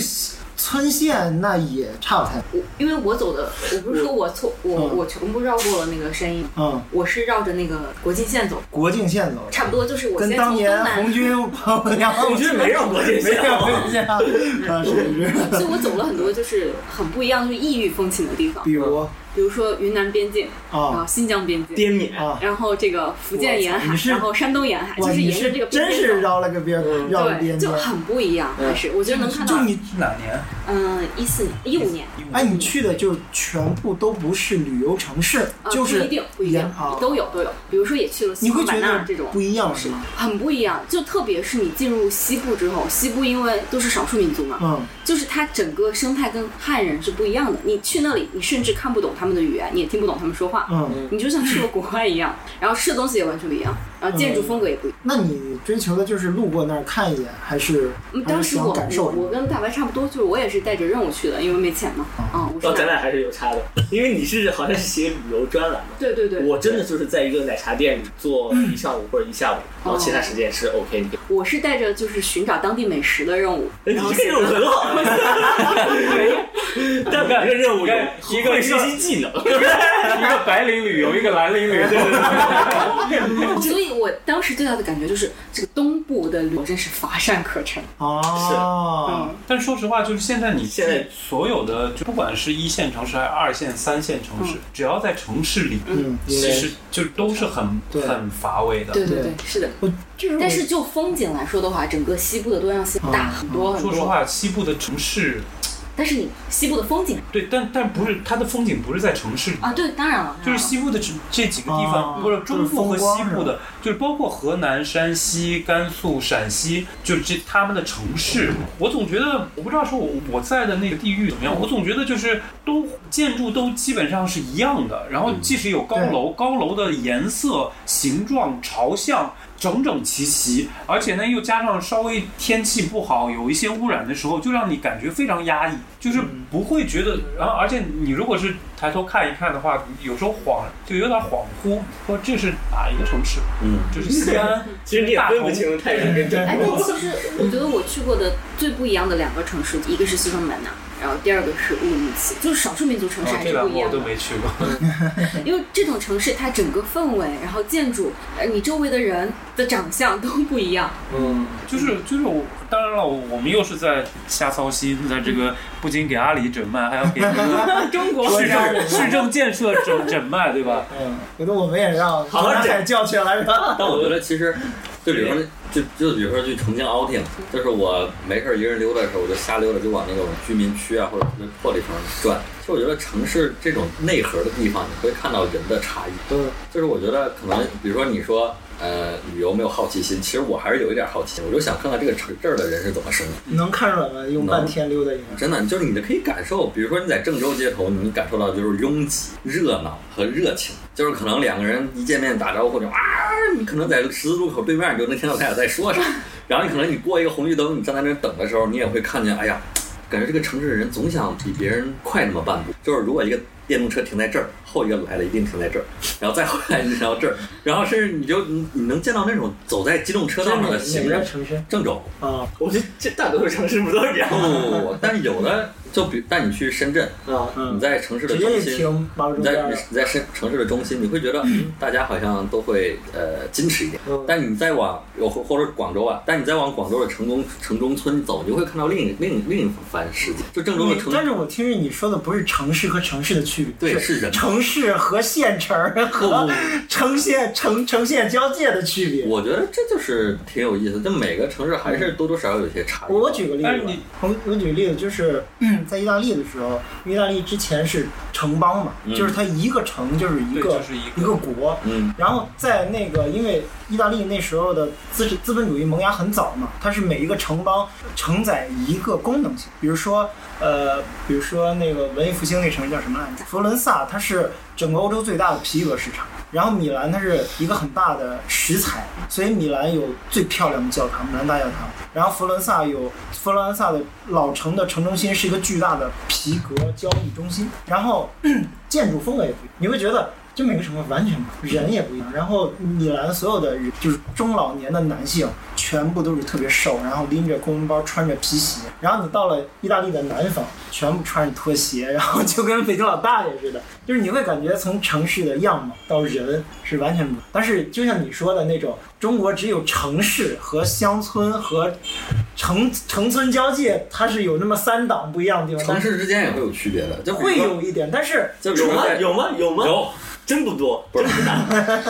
村县，那也差不太多。我因为我走的，我不是说我错，我嗯我全部绕过了那个山一，嗯，我是绕着那个国境线走，国境线走，差不多就是我跟先当从东年红南，军跑两，我觉得 没让国际没线有国境线啊，是是是， 所以我走了很多就是很不一样，就是异域风情的地方，比如比如说云南边境，然后啊新疆边境。滇缅，啊，然后这个福建沿哇你海，是然后山东沿海，哇，就是你沿着是这个边真界是走绕了个边儿，绕了对，边嗯就界。嗯很不一样，还是我觉得能看到就，你，是哪年？嗯，一四年、一五年，哎，你去的就全部都不是旅游城市，啊就不是一定不一定啊，都有都有，比如说也去了你西会双觉版纳得这种，不一样是吗？很不一样，就特别是你进入西部之后，西部因为都是少数民族嘛，嗯，就是它整个生态跟汉人是不一样的。你去那里，你甚至看不懂他们的语言，你也听不懂他们说话，嗯，你就像去了国外一样。然后吃的东西也完全不一样，然后建筑风格也不一样。那你追求的就是路过那儿看一眼，还是嗯，还当是时想我感受我我跟大白差不多，就是我也是带着任务去的，因为没钱嘛。嗯啊、我哦，是咱带俩还是有差的，因为你是好像是写旅游专栏嘛。对对对，我真的就是在一个奶茶店里坐一上午或者一下午，然后其他时间是 OK 的。我是带着就是寻找当地美食的任务，哎，你然后这写个任务的很好，但每个任务有一个会学习技能，一个白领旅游，一个蓝领旅游，哦所以我当时最大的感觉就是，这个东部的旅游真是乏善可陈。啊哦，嗯是，但说实话，就是现在你现在所有的，就不管是一线城市还是二线、三线城市，嗯只要在城市里，嗯其实就都是很对很乏味的。对对对，是的。就是我但是就风景来说的话，整个西部的多样性大嗯很多很说实多。话，西部的城市，但是你西部的风景对，但但不是它的风景不是在城市里，啊，对，当然了，就是西部的这这几个地方，啊不是中部和西就是风部光是的，就是包括河南、山西、甘肃、陕西，就是这他们的城市，我总觉得我不知道说我我在的那个地域怎么样，我总觉得就是都建筑都基本上是一样的，然后即使有高楼，高楼的颜色、形状、朝向。整整齐齐，而且呢，又加上稍微天气不好，有一些污染的时候，就让你感觉非常压抑，就是不会觉得。然后，而且你如果是抬头看一看的话，有时候恍就有点恍惚，说这是哪一个城市？嗯，就是西 安，其实你也分不清泰山跟哎，但漳浦。其实我觉得我去过的最不一样的两个城市，一个是西双版纳，然后第二个是乌鲁木齐，就是少数民族城市哦还这是两不个一样我的都。没去过。因为这种城市它整个氛围，然后建筑，呃，你周围的人的长相都不一样。嗯， 就是就是我，当然了，我们又是在瞎操心，在这个不仅给阿里诊脉，还要给这个中国市政市政建设诊诊脉，对吧？嗯，觉得我们也让好好南整海叫起来 吧。但我觉得其实，就比如说，就就比如说去重庆 outing，就是我没事儿一个人溜达的时候，我就瞎溜达，就往那种居民区啊或者特别破的地方转。其实我觉得城市这种内核的地方，你会看到人的差异。嗯，就是我觉得可能，比如说你说。呃，旅游没有好奇心，其实我还是有一点好奇心，我就想看看这个城这儿的人是怎么生活。能看出来吗？用半天溜达一圈。真的，就是你就可以感受，比如说你在郑州街头，你感受到就是拥挤、热闹和热情，就是可能两个人一见面打招呼就啊，你可能在十字路口对面你就能听到他俩在 说啥，然后你可能你过一个红绿灯，你站在那儿等的时候，你也会看见，哎呀，感觉这个城市的人总想比别人快那么半步，就是如果一个。电动车停在这儿，后一个来了一定停在这儿，然后再后来就停到这儿，然后甚至你就你你能见到那种走在机动车道上的哪行个人。城市郑州，啊？我觉得这大多数城市不都是这样不吗？不不不，但是有的就比，但你去深圳，啊，嗯你，在城市的直中接就心，停马路你中间在了你。你在深城市的中心，你会觉得嗯大家好像都会呃矜持一点。嗯但你再往有或或者广州啊，但你再往广州的城中城中村走，你就会看到另一另一另一番世界。就郑州的你城，但是我听着你说的不是城市和城市的区别，对是是人城市和县城儿 和城县城城县交界的区别。我觉得这就是挺有意思。就每个城市还是多多少少有些差异。我我举个例但子是吧你，我我举个例子，就是嗯在意大利的时候，意大利之前是城邦嘛，嗯就是它一个城就是一对，个就是一一个个国，嗯然后在那个，因为意大利那时候的资资本主义萌芽很早嘛，它是每一个城邦承载一个功能性，比如说，呃，比如说那个文艺复兴那城市叫什么来着？佛罗伦萨，它是整个欧洲最大的皮革市场。然后米兰它是一个很大的石材，所以米兰有最漂亮的教堂——米兰大教堂。然后佛罗伦萨有佛罗伦萨的老城的城中心是一个巨大的皮革交易中心。然后建筑风格也不一样，你会觉得就每个城市完全不一样，人也不一样。然后米兰所有的人就是中老年的男性，全部都是特别瘦，然后拎着公文包，穿着皮鞋。然后你到了意大利的南方，全部穿着拖鞋，然后就跟北京老大爷似的。就是你会感觉从城市的样貌到人是完全不一样。但是就像你说的那种，中国只有城市和乡村和城城村交界，它是有那么三档不一样的地方，城但是市之间也会有区别的，就比如会说，有一点，但是。 就比有如说吗？在有吗？有吗？有，真不多。不是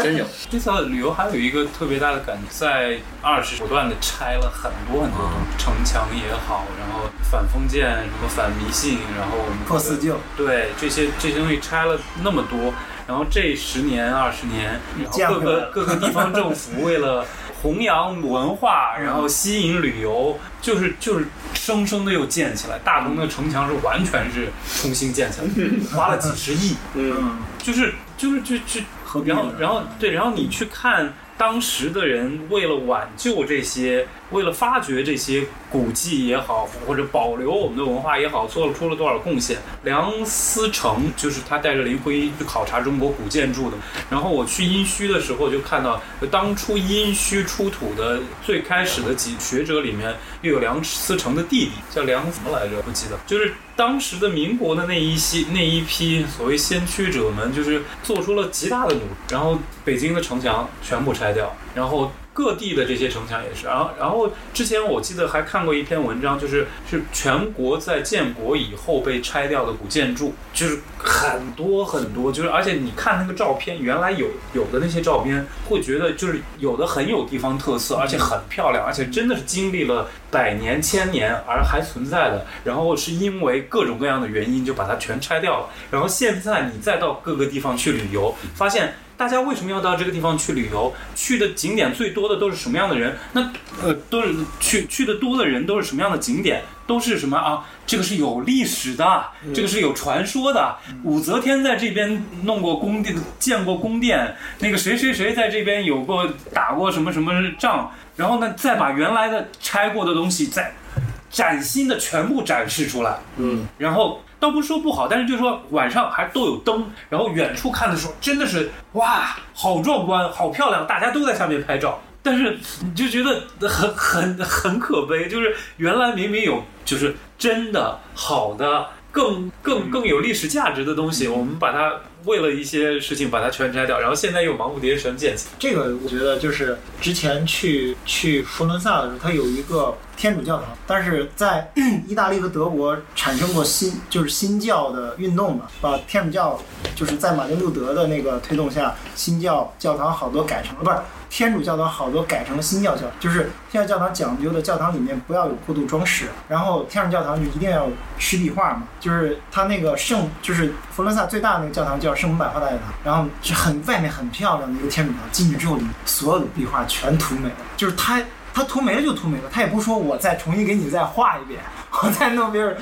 真有。这次旅游还有一个特别大的感觉，在二十不断的拆了很多很多东西城墙也好，然后反封建什么反迷信，然后我们破四旧，对这些这些东西拆了那么多，然后这十年二十年，建然回来后各了个各个地方政府为了弘扬文化，然嗯后吸引旅游，就是就是生生的又建起来。大同的城墙是完全是重新建起来的，花了几十亿，嗯，就是就是就就何必呢然后，然后对，然后你去看当时的人为了挽救这些，为了发掘这些古迹也好，或者保留我们的文化也好，做了出了多少贡献。梁思成就是他带着林徽因去考察中国古建筑的。然后我去殷墟的时候，就看到当初殷墟出土的最开始的几学者里面，又有梁思成的弟弟，叫梁什么来着？不记得，就是当时的民国的那一些那一批所谓先驱者们，就是做出了极大的努力，然后北京的城墙全部拆掉，然后各地的这些城墙也是。然后，然后之前我记得还看过一篇文章，就是是全国在建国以后被拆掉的古建筑，就是很多很多，就是而且你看那个照片，原来有有的那些照片，会觉得就是有的很有地方特色，而且很漂亮，而且真的是经历了百年千年而还存在的。然后是因为各种各样的原因就把它全拆掉了。然后现在你再到各个地方去旅游，发现。大家为什么要到这个地方去旅游？去的景点最多的都是什么样的人？那呃，都是去去的多的人都是什么样的景点？都是什么啊？这个是有历史的，这个是有传说的。武则天在这边弄过宫殿，建过宫殿。那个谁谁谁在这边有过打过什么什么仗。然后呢，再把原来的拆过的东西再崭新的全部展示出来。嗯，然后。倒不是说不好，但是就是说晚上还都有灯，然后远处看的时候真的是哇，好壮观，好漂亮，大家都在下面拍照。但是你就觉得很很很可悲，就是原来明明有就是真的好的、更更更有历史价值的东西，我们把它为了一些事情把它全拆掉，然后现在又盲目迭神建起。这个我觉得就是之前去去佛伦萨的时候，它有一个天主教堂，但是在意大利和德国产生过新就是新教的运动嘛，把天主教就是在马丁路德的那个推动下，新教教堂好多改成了不是。天主教堂好多改成了新教教，就是现在教堂讲究的教堂里面不要有过度装饰，然后天主教堂就一定要有湿壁画嘛，就是它那个圣，就是佛罗伦萨最大的那个教堂叫圣母百花大教堂，然后是很外面很漂亮的一个天主教，进去之后里所有的壁画全涂没了，就是它它涂没了就涂没了，它也不说我再重新给你再画一遍，我再弄别人，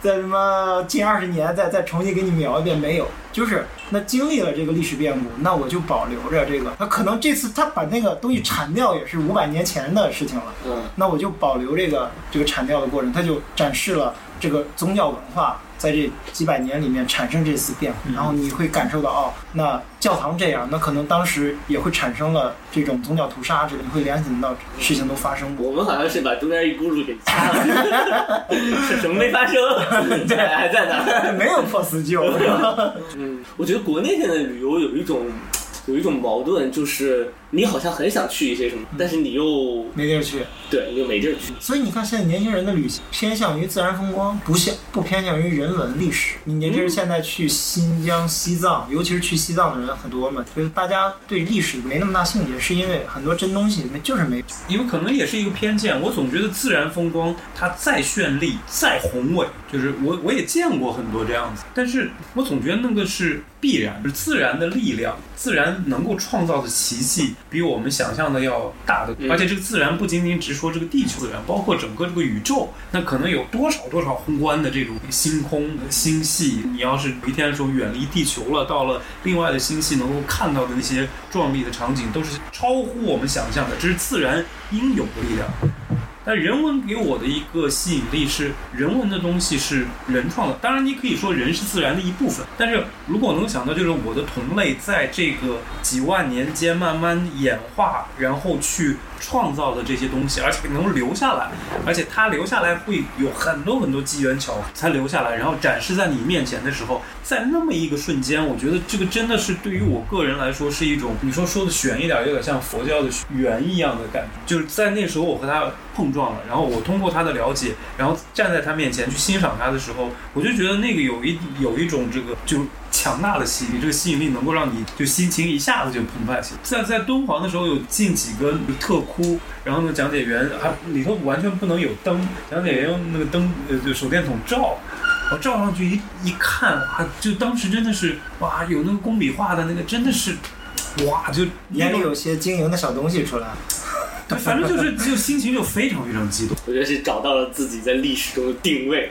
再什么近二十年再再重新给你描一遍，没有，就是那经历了这个历史变故，那我就保留着这个。他可能这次他把那个东西铲掉也是五百年前的事情了，嗯，那我就保留这个这个铲掉的过程，他就展示了这个宗教文化在这几百年里面产生这次变化，然后你会感受到哦，那教堂这样，那可能当时也会产生了这种宗教屠杀之类，你会联想到事情都发生 过。我们好像是把中间一轱辘给掐 了，什么没发生， 对，还在那儿。没有破四旧，嗯，我觉得国内现在旅游有一种有一种矛盾，就是你好像很想去一些什么，但是你又 没地儿去。对，你又没地儿去。所以你看，现在年轻人的旅行偏向于自然风光，不像不偏向于人文历史。你年轻嗯人现在去新疆、西藏，尤其是去西藏的人很多嘛，就是大家对历史没那么大兴趣，是因为很多真东西没就是没。因为可能也是一个偏见，我总觉得自然风光它再绚丽、再宏伟，就是我我也见过很多这样子，但是我总觉得那个是必然，就是自然的力量，自然能够创造的奇迹比我们想象的要大得多。嗯而且这个自然不仅仅只说这个地球自然，包括整个这个宇宙，那可能有多少多少宏观的这种星空、星系。你要是有一天说远离地球了，到了另外的星系，能够看到的那些壮丽的场景，都是超乎我们想象的，这是自然应有的力量。但人文给我的一个吸引力是，人文的东西是人创的。当然，你可以说人是自然的一部分，但是如果我能想到，就是我的同类在这个几万年间慢慢演化，然后去创造的这些东西，而且能留下来，而且它留下来会有很多很多机缘巧合才留下来，然后展示在你面前的时候，在那么一个瞬间，我觉得这个真的是对于我个人来说是一种，你说说的玄一点，有点像佛教的圆一样的感觉，就是在那时候我和他碰撞了，然后我通过他的了解，然后站在他面前去欣赏他的时候，我就觉得那个有一有一种这个就强大的吸引力，这个吸引力能够让你就心情一下子就澎湃起来。在在敦煌的时候有进几个特窟，然后呢讲解员还里头完全不能有灯，讲解员用那个灯呃就手电筒照。我照上去一一看，哇！就当时真的是哇，有那个工笔画的那个，真的是哇，就眼里有些晶莹的小东西出来。对，反正就是就心情就非常非常激动，我觉得是找到了自己在历史中的定位，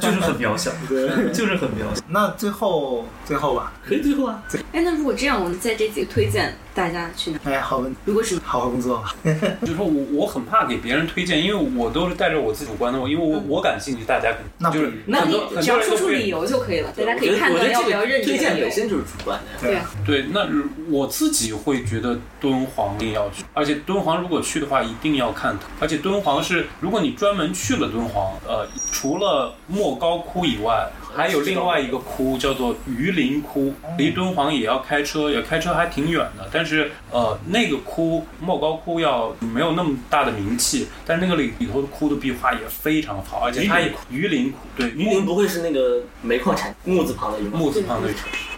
就是很渺小， 对，就是很渺小。那最后最后吧，可以最后啊，哎，那如果这样，我们在这集推荐大家去哪？哎，好问，如果是好好工作吧。就是说我我很怕给别人推荐，因为我都是带着我自己主观的，因为我我感兴趣，大家可那能就是嗯那很你多很只要多人说都出会理由就可以了，大家可我觉以得判我觉断得要不这要个认这推个荐理由本。身就是主观的，对啊，对，那如我自己会觉得敦煌一定要去，而且敦煌如果去的话，一定要看它。而且敦煌是，如果你专门去了敦煌，呃，除了莫高窟以外，还有另外一个窟叫做榆林窟，离敦煌也要开车，也开车还挺远的。但是呃，那个窟莫高窟要没有那么大的名气，但是那个里里头的窟的壁画也非常好，而且它也榆林窟对榆林不会是那个煤矿产木字旁的榆吗？木字旁的榆。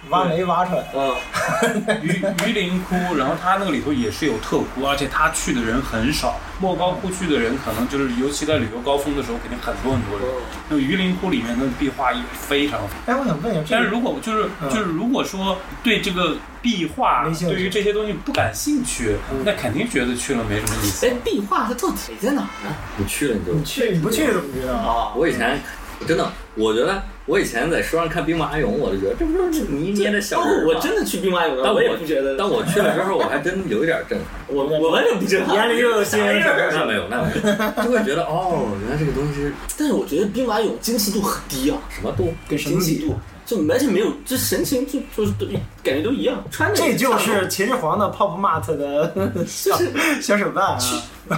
挖煤挖出来。嗯，榆榆林窟，然后它那个里头也是有特窟，而且它去的人很少。莫高窟去的人可能就是，尤其在旅游高峰的时候，肯定很多很多嗯人。那榆林窟里面的壁画也非常。哎，我想问一下，这嗯但是如果就是就是如果说对这个壁画，没兴趣嗯对于这些东西不感兴趣，那肯定觉得去了没什么意思。哎，壁画它到底在哪儿呢？你去了你就去你不去怎么知道哦啊？我以前真的，我觉得我以前在书上看兵马俑，我就觉得这不就是泥捏的小包括人吗我真的去兵马俑了，但我我也不觉得。但我去了之后，我还真有一点震撼。我我完全不震撼，眼里又有新人事儿那没有，那没有，就会觉得哦，原来这个东西是但是我觉得兵马俑精细度很低啊，什么动物。跟什么精细比？度就完全没有，这神情就就是都感觉都一样，穿着这也差就不多是秦始皇的 Pop Mart 的 小小手办啊，比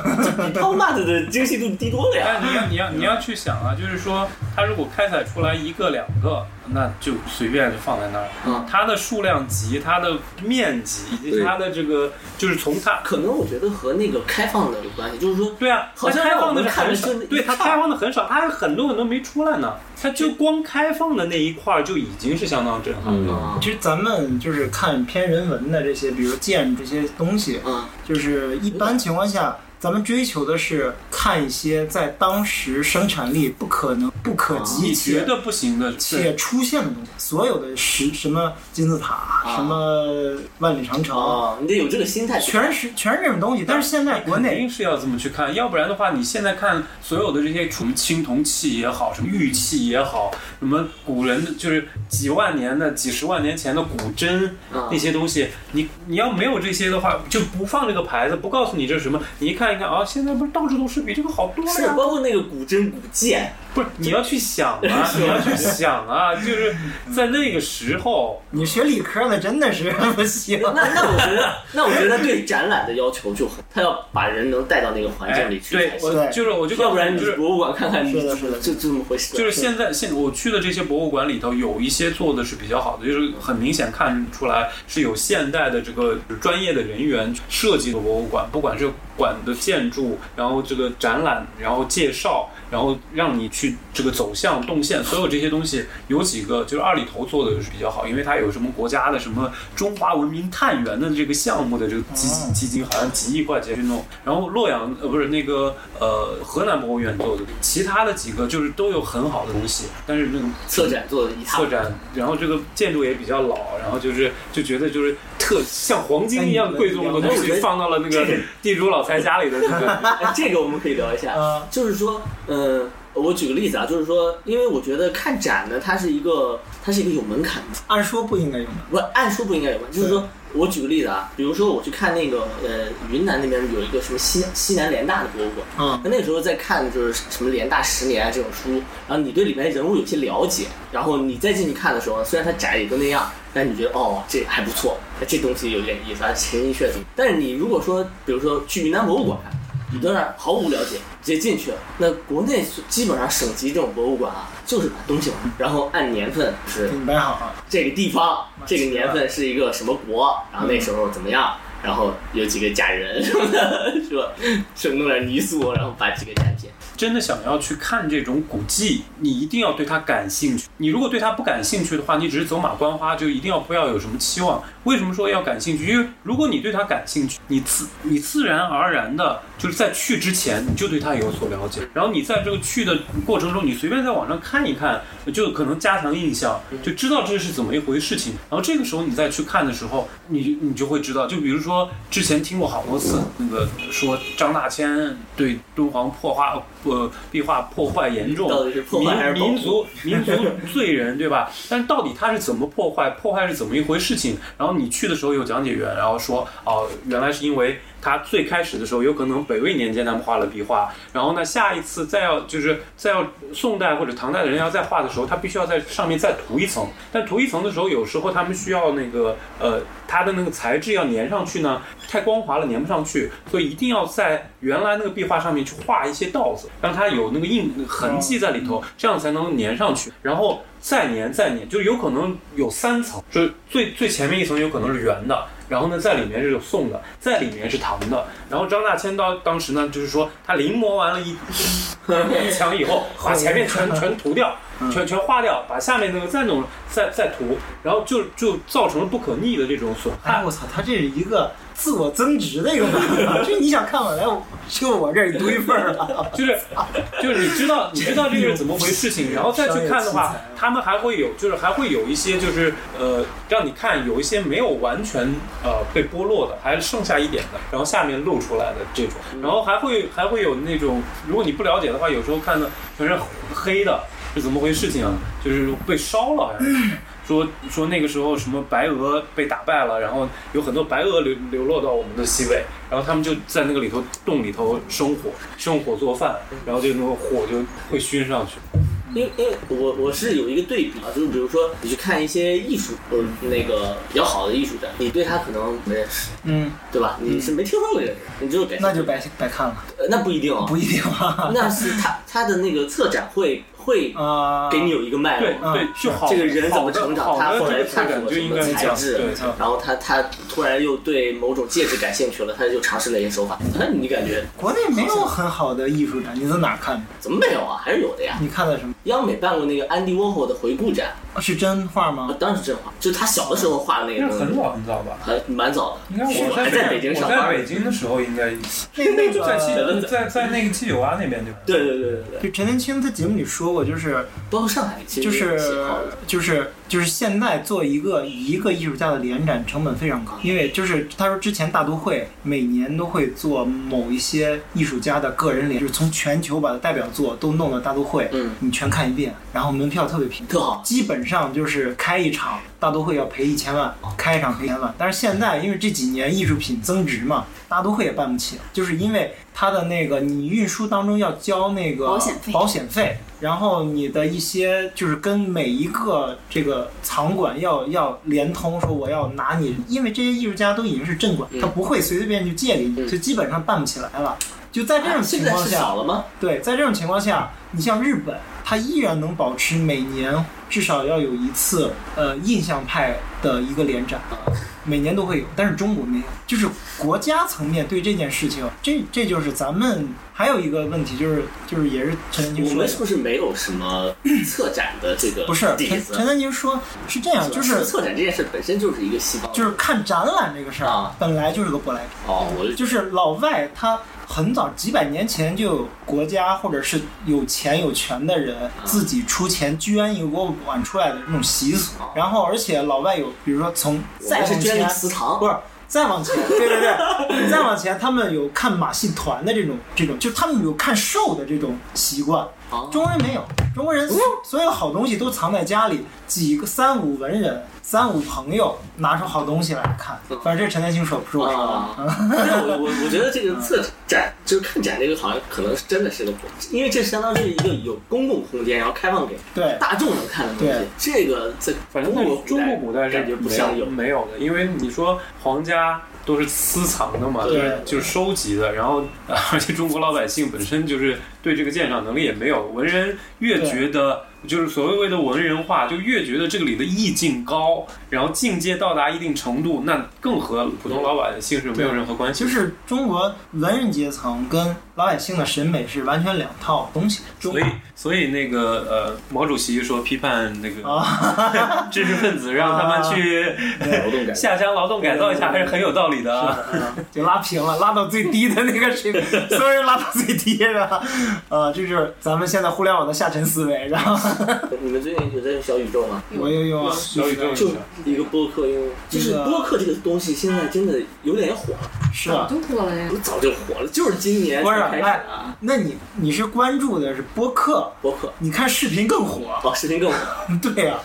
Pop Mart 的精细度低多了呀。但你要你要你要去想啊，就是说，它如果开采出来一个两个，那就随便就放在那儿。嗯它的数量级、它的面积以及对它的这个，就是从它。 可能我觉得和那个开放的有关系，就是说，对啊，好像它开放的是让我很们少看着就，对它开放的很少，它还很多很多没出来呢。它就光开放的那一块儿就已经是相当震撼了。啊其实咱们就是看偏人文的这些，比如建筑这些东西，啊，就是一般情况下，咱们追求的是看一些在当时生产力不可能、不可及啊你觉且得不行的，且出现的东西。所有的石什么金字塔、什么万里长城，啊，你得有这个心态。全是全是这种东西。但是现在国肯内定是要这么去看，要不然的话，你现在看所有的这些什么青铜器也好，什么玉器也好，什么古人的就是几万年的、几十万年前的古针啊那些东西，你你要没有这些的话，就不放这个牌子，不告诉你这是什么，你一看一看啊，现在不是到处都是，比这个好多了是啊呀。包括那个古筝、古剑，不是，你要去想 啊，你要去想啊，就是在那个时候，你学理科的真的是 不行。那那我觉 得，那我觉得对展览的要求就很，他要把人能带到那个环哎境里，去对才，行。我就是我就告要诉不然你就是博物馆看看，你是的是的就就这么回事。就是现在现我去的这些博物馆里头，有一些做的是比较好的，就是很明显看出来是有现代的这个专业的人员设计的博物馆，不管是馆的建筑，然后这个展览，然后介绍，然后让你去这个走向动线，所有这些东西有几个就是二里头做的是比较好，因为它有什么国家的什么中华文明探源的这个项目的这个基金基金好像几亿块钱去弄，然后洛阳呃不是那个呃河南博物院做的，其他的几个就是都有很好的东西，但是那个策展做的一塌糊涂，策展，然后这个建筑也比较老，然后就是就觉得就是特像黄金一样贵重的东西放到了那个地主老财家里的那个， 哎，这个我们可以聊一下。啊就是说，嗯、我举个例子啊，就是说，因为我觉得看展呢，它是一个，它是一个有门槛的，按说不应该用的，不，按说不应该有门槛。就是说我举个例子啊，比如说我去看那个呃云南那边有一个什么西西南联大的博物馆，嗯啊那那个时候在看就是什么联大十年啊这种书，然后你对里面人物有些了解，然后你再进去看的时候，虽然它窄也就那样，但你觉得哦这还不错，这东西有点意思啊，情意确足。但是你如果说比如说去云南博物馆。你对那儿毫无了解，直接进去了。那国内基本上省级这种博物馆啊，就是把东西往，然后按年份是给你摆嗯好啊了。这个地方、这个年份是一个什么国，然后那时候怎么样，然后有几个假人 什么的，是吧？是弄点泥塑，然后把几个展品。真的想要去看这种古迹，你一定要对它感兴趣。你如果对它不感兴趣的话，你只是走马观花，就一定要不要有什么期望。为什么说要感兴趣？因为如果你对它感兴趣，你自你自然而然的就是在去之前你就对它有所了解，然后你在这个去的过程中，你随便在网上看一看，就可能加强印象，就知道这是怎么一回事情。然后这个时候你再去看的时候，你你就会知道，就比如说之前听过好多次那个说张大千对敦煌破坏呃壁画破坏严重，到底是破坏还是保护民民族 民族罪人对吧？但是到底他是怎么破坏，破坏是怎么一回事情？然后你去的时候有讲解员，然后说哦、原来是因为它最开始的时候，有可能北魏年间他们画了壁画，然后呢，下一次再要就是再要宋代或者唐代的人要再画的时候，他必须要在上面再涂一层。但涂一层的时候，有时候他们需要那个呃，它的那个材质要粘上去呢，太光滑了粘不上去，所以一定要在原来那个壁画上面去画一些道子，让它有那个印痕迹在里头，这样才能粘上去。然后再粘再粘，就是有可能有三层，就是最最前面一层有可能是圆的，然后呢在里面是有宋的，在里面是唐的。然后张大千当当时呢，就是说他临摹完了一 一墙以后，把前面全全涂掉，全全画掉，把下面那个再弄再再涂，然后就就造成了不可逆的这种损害。哎，我操，他这是一个自我增值的一个办法，就是你想看我来，我就我这儿读一份儿了。 就是就是你知道你知道这个是怎么回事情，然后再去看商的话业奇才，他们还会有就是还会有一些就是呃让你看有一些没有完全呃被剥落的，还剩下一点的，然后下面露出来的这种，然后还会还会有那种如果你不了解的话，有时候看的全是黑的，是怎么回事情啊？就是被烧了好像是。说说那个时候什么白俄被打败了，然后有很多白俄流流落到我们的西北，然后他们就在那个里头洞里头生火，生火做饭，然后就那个火就会熏上去。因为因为我我是有一个对比啊，就是比如说你去看一些艺术，嗯，那个比较好的艺术展，你对他可能不认识，嗯，对吧？你是没听说过这个人，你就是感兴趣那就白白看了，呃那不一定啊，不一定啊。那是他他的那个策展会会啊，给你有一个脉络，对对，就好嗯这个人怎么成长，好的他后好来的这个探感索就什应么该材讲质嗯对，嗯然后他他突然又对某种介质感兴趣了，他就尝试了一些手法。那你感觉国内没有很好的艺术展，你在哪儿看的？怎么没有啊？还是有的呀。你看的什么？央美办过那个安迪沃霍的回顾展，是真画啊吗？当然是真画，就是他小的时候画的那应该个东很西，早很早吧。还蛮早应的。该我还在在北京上我在班北。京的时候应该 那那就在个。七在在那个七九八那边对吧？对对对对对，呃就陈丹青在节目里说过，就是包括上海，其实就是也写好了就是就是现在做一个一个艺术家的联展成本非常高，因为就是他说之前大都会每年都会做某一些艺术家的个人联，就是从全球把代表作都弄到大都会，嗯，你全看一遍，然后门票特别便宜，特好。基本上就是开一场大都会要赔一千万，哦开一场赔一千万。但是现在因为这几年艺术品增值嘛，大都会也办不起，就是因为它的那个你运输当中要交那个保险费保险费，然后你的一些就是跟每一个这个场馆要要联通，说我要拿你，因为这些艺术家都已经是镇馆，嗯他不会随随便便就借给你，嗯就基本上办不起来了。就在这种啊现情在况是下，少了吗？对，在这种情况下，你像日本，它依然能保持每年至少要有一次呃印象派的一个联展，啊每年都会有，但是中国没有，就是国家层面对这件事情，这这就是咱们还有一个问题，就是就是也是陈丹青我说们的是。不是没有什么策展的这个不是底陈子？啊陈丹青说，是这样，啊就是是策展这件事本身就是一个西方，就是看展览这个事儿啊，本来就是个舶来品。哦，我就就是老外他很早几百年前就有国家或者是有钱有权的人自己出钱捐一个锅碗出来的这种习俗哦，然后而且老外有，比如说从我再们是往捐前了祠堂，不是。再往前，对对对，再往前，他们有看马戏团的这种这种，就他们有看 show 的这种习惯，哦中国人没有，中国人所所有好东西都藏在家里，几个三五文人、三五朋友拿出好东西来看，反正这是陈丹青说，不是我说的。啊， 我我我觉得这个策展就是看展这个，好像可能是真的是个，因为这相当于是一个有公共空间，然后开放给对，大众能看的东西对。这个在反正中在国中国古代是感觉不没像有有，没有的，因为你说皇家都是私藏的嘛，对就是就是收集的，然后而且中国老百姓本身就是对这个鉴赏能力也没有，文人越对觉得就是所谓的文人画，就越觉得这个里的意境高，然后境界到达一定程度，那更和普通老百姓是没有任何关系就的。是中国文人阶层跟老百姓的审美是完全两套东西。中所以，所以那个呃，毛主席说批判那个啊，知识分子，让他们去劳动感觉。下乡劳动改造一下，还是很有道理的啊。就拉平了，拉到最低的那个 水平，所有人拉到最低的，呃，这就是咱们现在互联网的下沉思维。然后你们最近有在用小宇宙吗？我又用啊，小宇宙一就下。一个播客，因为就是播客这个东西现在真的有点火了，是啊，都过了呀不。是早就火了，就是今年不是哎才开始啊，那你你是关注的是播客，播客你看视频更火，哦，视频更火。对呀、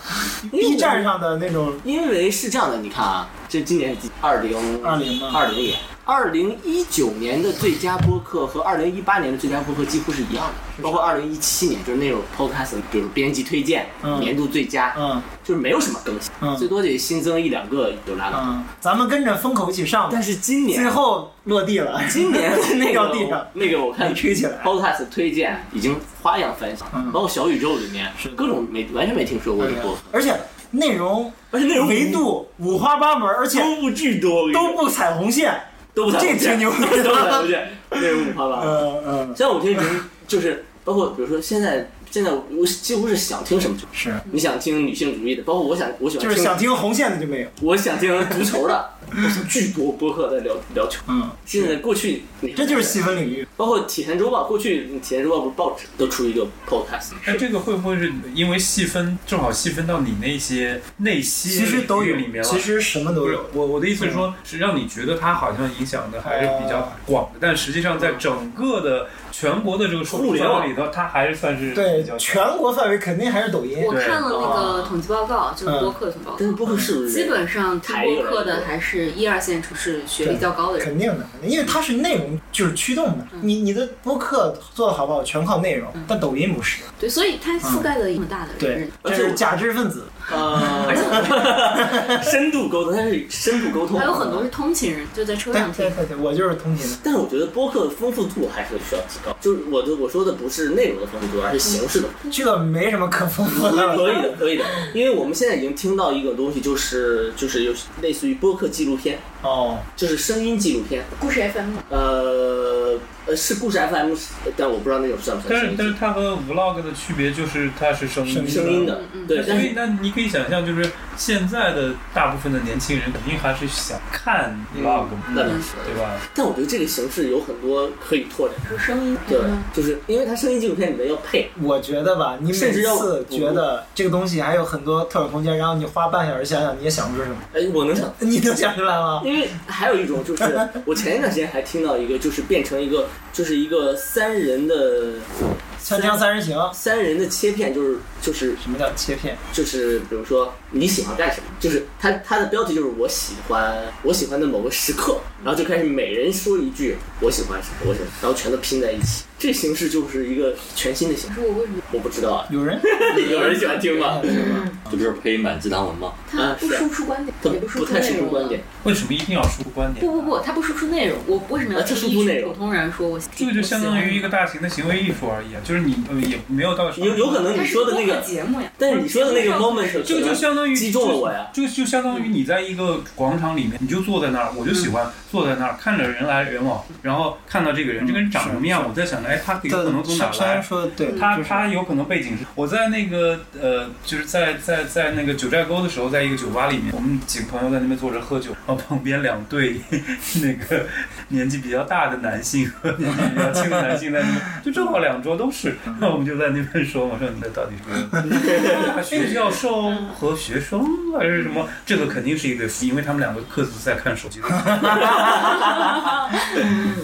因为我 b 站上的那种因为是这样的，你看啊，这今年是几？二零二零嘛，二零年，二零一九年的最佳播客和二零一八年的最佳播客几乎是一样的，包括二零一七年就是那种 podcast，比如编辑推荐、嗯年度最佳，嗯，就是没有什么更新，嗯最多得新增一两个有拉嗯，咱们跟着风口一起上吧，但是今年最后落地了，今年的 那掉地个上，那个我看没吹起来 Podcast 推荐已经花样翻赏，嗯包括小宇宙里面各种没完全没听说过的播客。而且内容，而且内容嗯 维度五花八门，而且都不巨多，都不踩红线，都不太这挺 牛逼都不太的。不见，内容五花八门。嗯嗯，像我听平时就是包括比如说现在现在我几乎是想听什么就是你想听女性主义的，包括我想我喜欢就是想听红线的就没有。我想听足球的，我想巨多播客在聊聊球。嗯，现在过去你这就是细分领域，包括《体坛周报》，过去《体坛周报》不是报纸都出一个 podcast，哎那这个会不会是因为细分正好细分到你那些那些其实都有领域里面了？其实什么都不是有。嗯我我的意思是说，是让你觉得它好像影响的还是比哦较广的，但实际上在嗯整个的全国的这个受众互联范网围里头，它还是算是对比较，全国范围肯定还是抖音。我看了那个统计报告，就是嗯播客统计报告，但是播客是不是基本上听播客的还是一二线城市学历较高的人。肯定的，因为它是内容就是驱动的。你你的播客做的好不好，全靠内容，但抖音不是。对，所以它嗯覆盖了很大的人对群。，这是假知识分子。呃， 深度沟通，但是深度沟通还有很多是通勤人，就在车对上听对。对对，我就是通勤的。但是我觉得播客的丰富度还是需要提高。就是我的我说的不是内容的丰富度，而是形式的。这个没什么可丰富的 可了。以的，可以的。因为我们现在已经听到一个东西，就是就是有类似于播客纪录片，哦，就是声音纪录片。故事 FM 嘛呃呃，是故事 FM，但我不知道那种算不但算是声但是音。它和 vlog 的区别就是它是声音声音的，嗯对，所但以是那你可以想象，就是现在的大部分的年轻人肯定还是想看嗯 vlog，嘛、那倒是。对吧？但我觉得这个形式有很多可以拓展。有声音。哎对，就是因为它声音纪录片里面要配，我觉得吧，你每甚至要次觉得这个东西还有很多特有空间，然后你花半小时想想，你也想不出什么。哎，我能想 你能想出来吗？ 因为还有一种就是，我前一段时间还听到一个，就是变成一个，就是一个三人的锵锵三人行，三人的切片，就是就是什么叫切片？就是，比如说你喜欢干什么？就是它它的标题就是我喜欢我喜欢的某个时刻，然后就开始每人说一句我喜欢什么，我喜欢什么，然后全都拼在一起。这形式就是一个全新的形可式，是我为什么我不知道啊，有人 有人喜欢听 吗？这不是配音版鸡汤文吗？他不输出观点，他也输不出太内输容出啊观点，为什么一定要输出观点？不不不，他不输出内容。我为什么要啊他输逼出一内群容普通人说我？这个就相当于一个大型的行为艺术而已啊，就是你、呃、也没有到有有可能它你是说的播那客个，节目呀，但是你说的那个 moment 这个就相当于击中了我呀。这个就相当于你在一个广场里面，你就坐在那儿，我就喜嗯欢坐在那儿看着人来人往，然后看到这个人，这个人长什么样，我在想着，哎，他有可能从哪对，山来人？说的对，嗯他就是他有可能背景是，我在那个呃，就是在在在那个九寨沟的时候，在一个酒吧里面，我们几个朋友在那边坐着喝酒，然后旁边两对那个年纪比较大的男性和年纪比较轻的男性在那边，就正好两桌都是，那我们就在那边说，我说你这到底是学教授和学生还是什么？这个肯定是一对夫妻，因为他们两个各自在看手机的。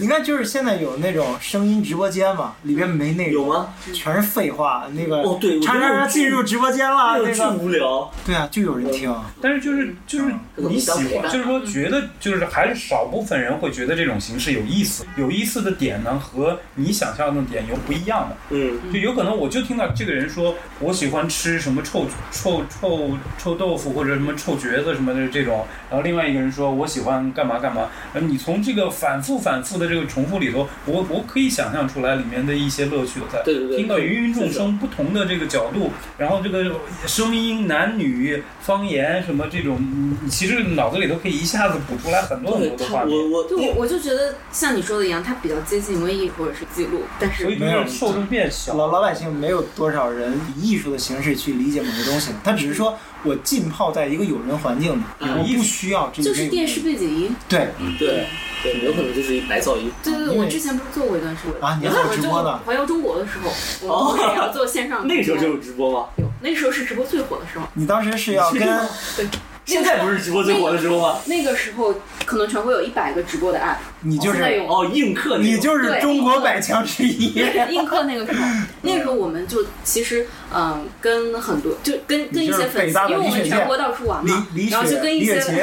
你看，就是现在有那种声音直播间嘛，里边没内有容，吗？全是废话。那个哦对我觉叉得叉叉进入直播间了，啊那那个巨个无聊，对啊，就有人听。但是就是就是嗯你喜欢，就是说觉得就是还是少部分人会觉得这种形式有意思，有意思的点呢和你想象的点有不一样的，嗯，就有可能我就听到这个人说我喜欢吃什么臭臭臭臭豆腐或者什么臭橘子什么的这种，然后另外一个人说我喜欢干嘛干嘛，然后你从这个反复反复的这个重复里头，我我可以想象出来里面的一些乐趣在。对对对听到芸芸众生不同的这个角度，然后这个声音、男女、方言什么这种，你其实脑子里头可以一下子补出来很多很对多的他画面。我我就我我就觉得像你说的一样，它比较接近文艺或者是记录，但所是以就是受众变小，老老百姓没有多少人以艺术的形式去理解某些东西，他只是说我浸泡在一个有人环境里，嗯我不需要这个就是电视背景音。对对对，有可能就是一白噪音。对对对，因为我之前不是做过一段时间啊你还我做直播呢就环游中国的时候，我我也要做 线上直播。那个时候就有直播吗？有，那时候是直播最火的时候。你当时是要跟现在不是直播最火的时候吗？那个时候可能全国有一百个直播的 app，你就现在是有哦，映客那你种就是中国百强之一， 映客那 个时候，那个时候我们就其实嗯、跟很多就跟跟一你些就是粉北丝大，的因为我李们雪全健国到处玩李嘛，李 然后就雪跟一李雪些琴，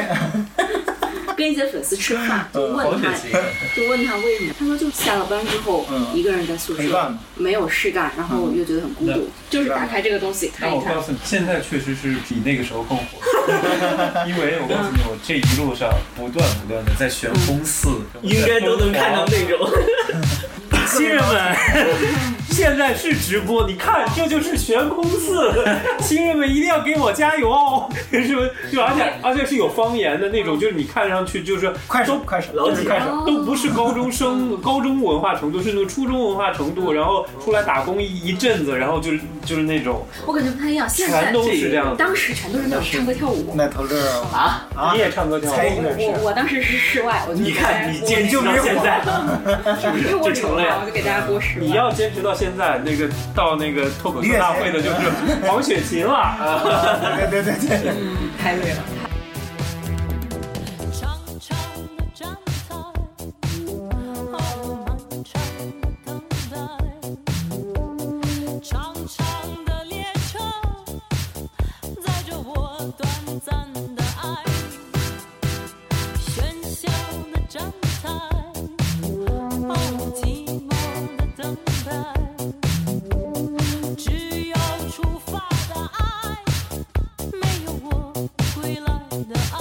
跟一些粉丝吃饭，就嗯问他好血腥，就问他为什么，他说就下了班之后嗯一个人在宿舍陪伴没有事干，然后又觉得很孤独嗯，就是打开这个东西看但一我看告。诉你，现在确实是比那个时候更火，因为我告诉你，我这一路上不断不断的在悬空寺，应该都能看到那种。新人们， 现在是直播，你看，这就是悬空 寺。新人们一定要给我加油哦！是不是？就而且而且是有方言的那种，就是你看上去就是快手快手，就是快哦手，都不是高中生嗯高中文化程度，是那种初中文化程度，然后出来打工一一阵子，然后就是就是那种我感觉不太一样，现在全都是这样的当时全都是那种唱歌跳舞。那头是啊你也唱歌跳舞才艺那是我我当时是室外，我就你看，你坚持就到现在，是不因为我是就成了留呀嘛我就给大家播示你要坚持到现在，那个到那个脱口秀大会的就是黄雪琴了。啊对对对对，太累了。长长的站台，哦，漫长的等待，长长的列车载着我短暂的爱。喧嚣的站台，哦，寂寞的等待，只有出发的爱，没有我归来的爱。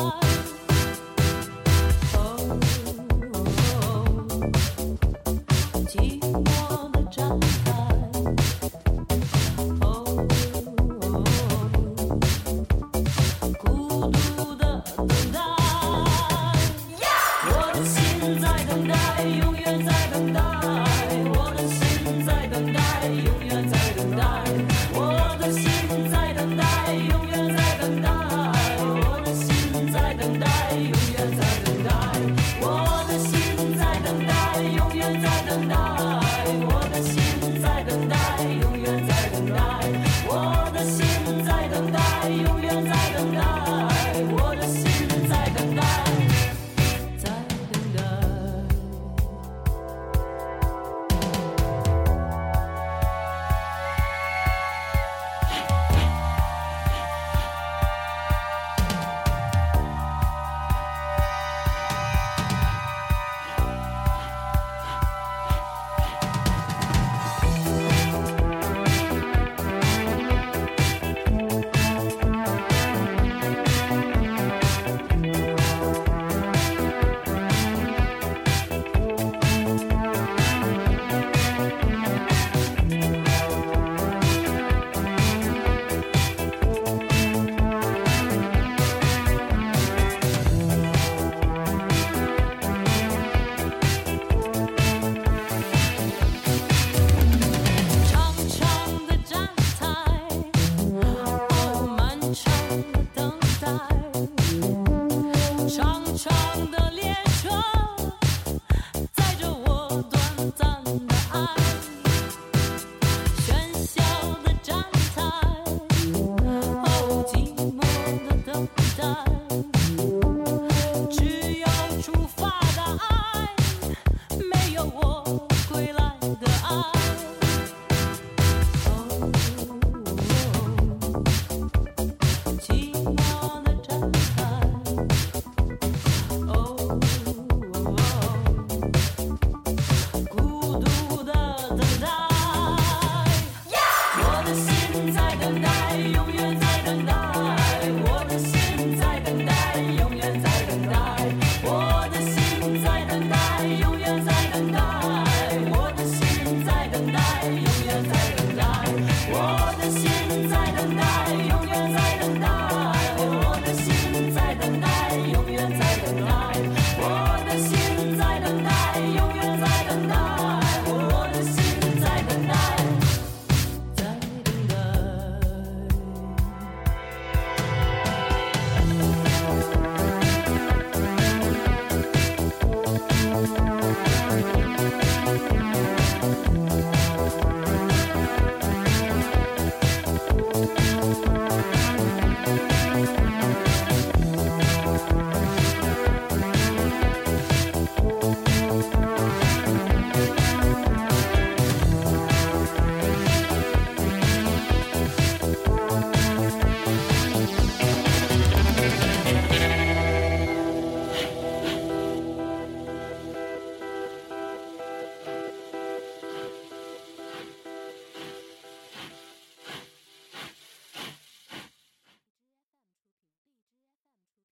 寂寞的站台，哦，孤独的等待，我的心在等待，永远在等待，我的心在等待，永远在等待。Oh,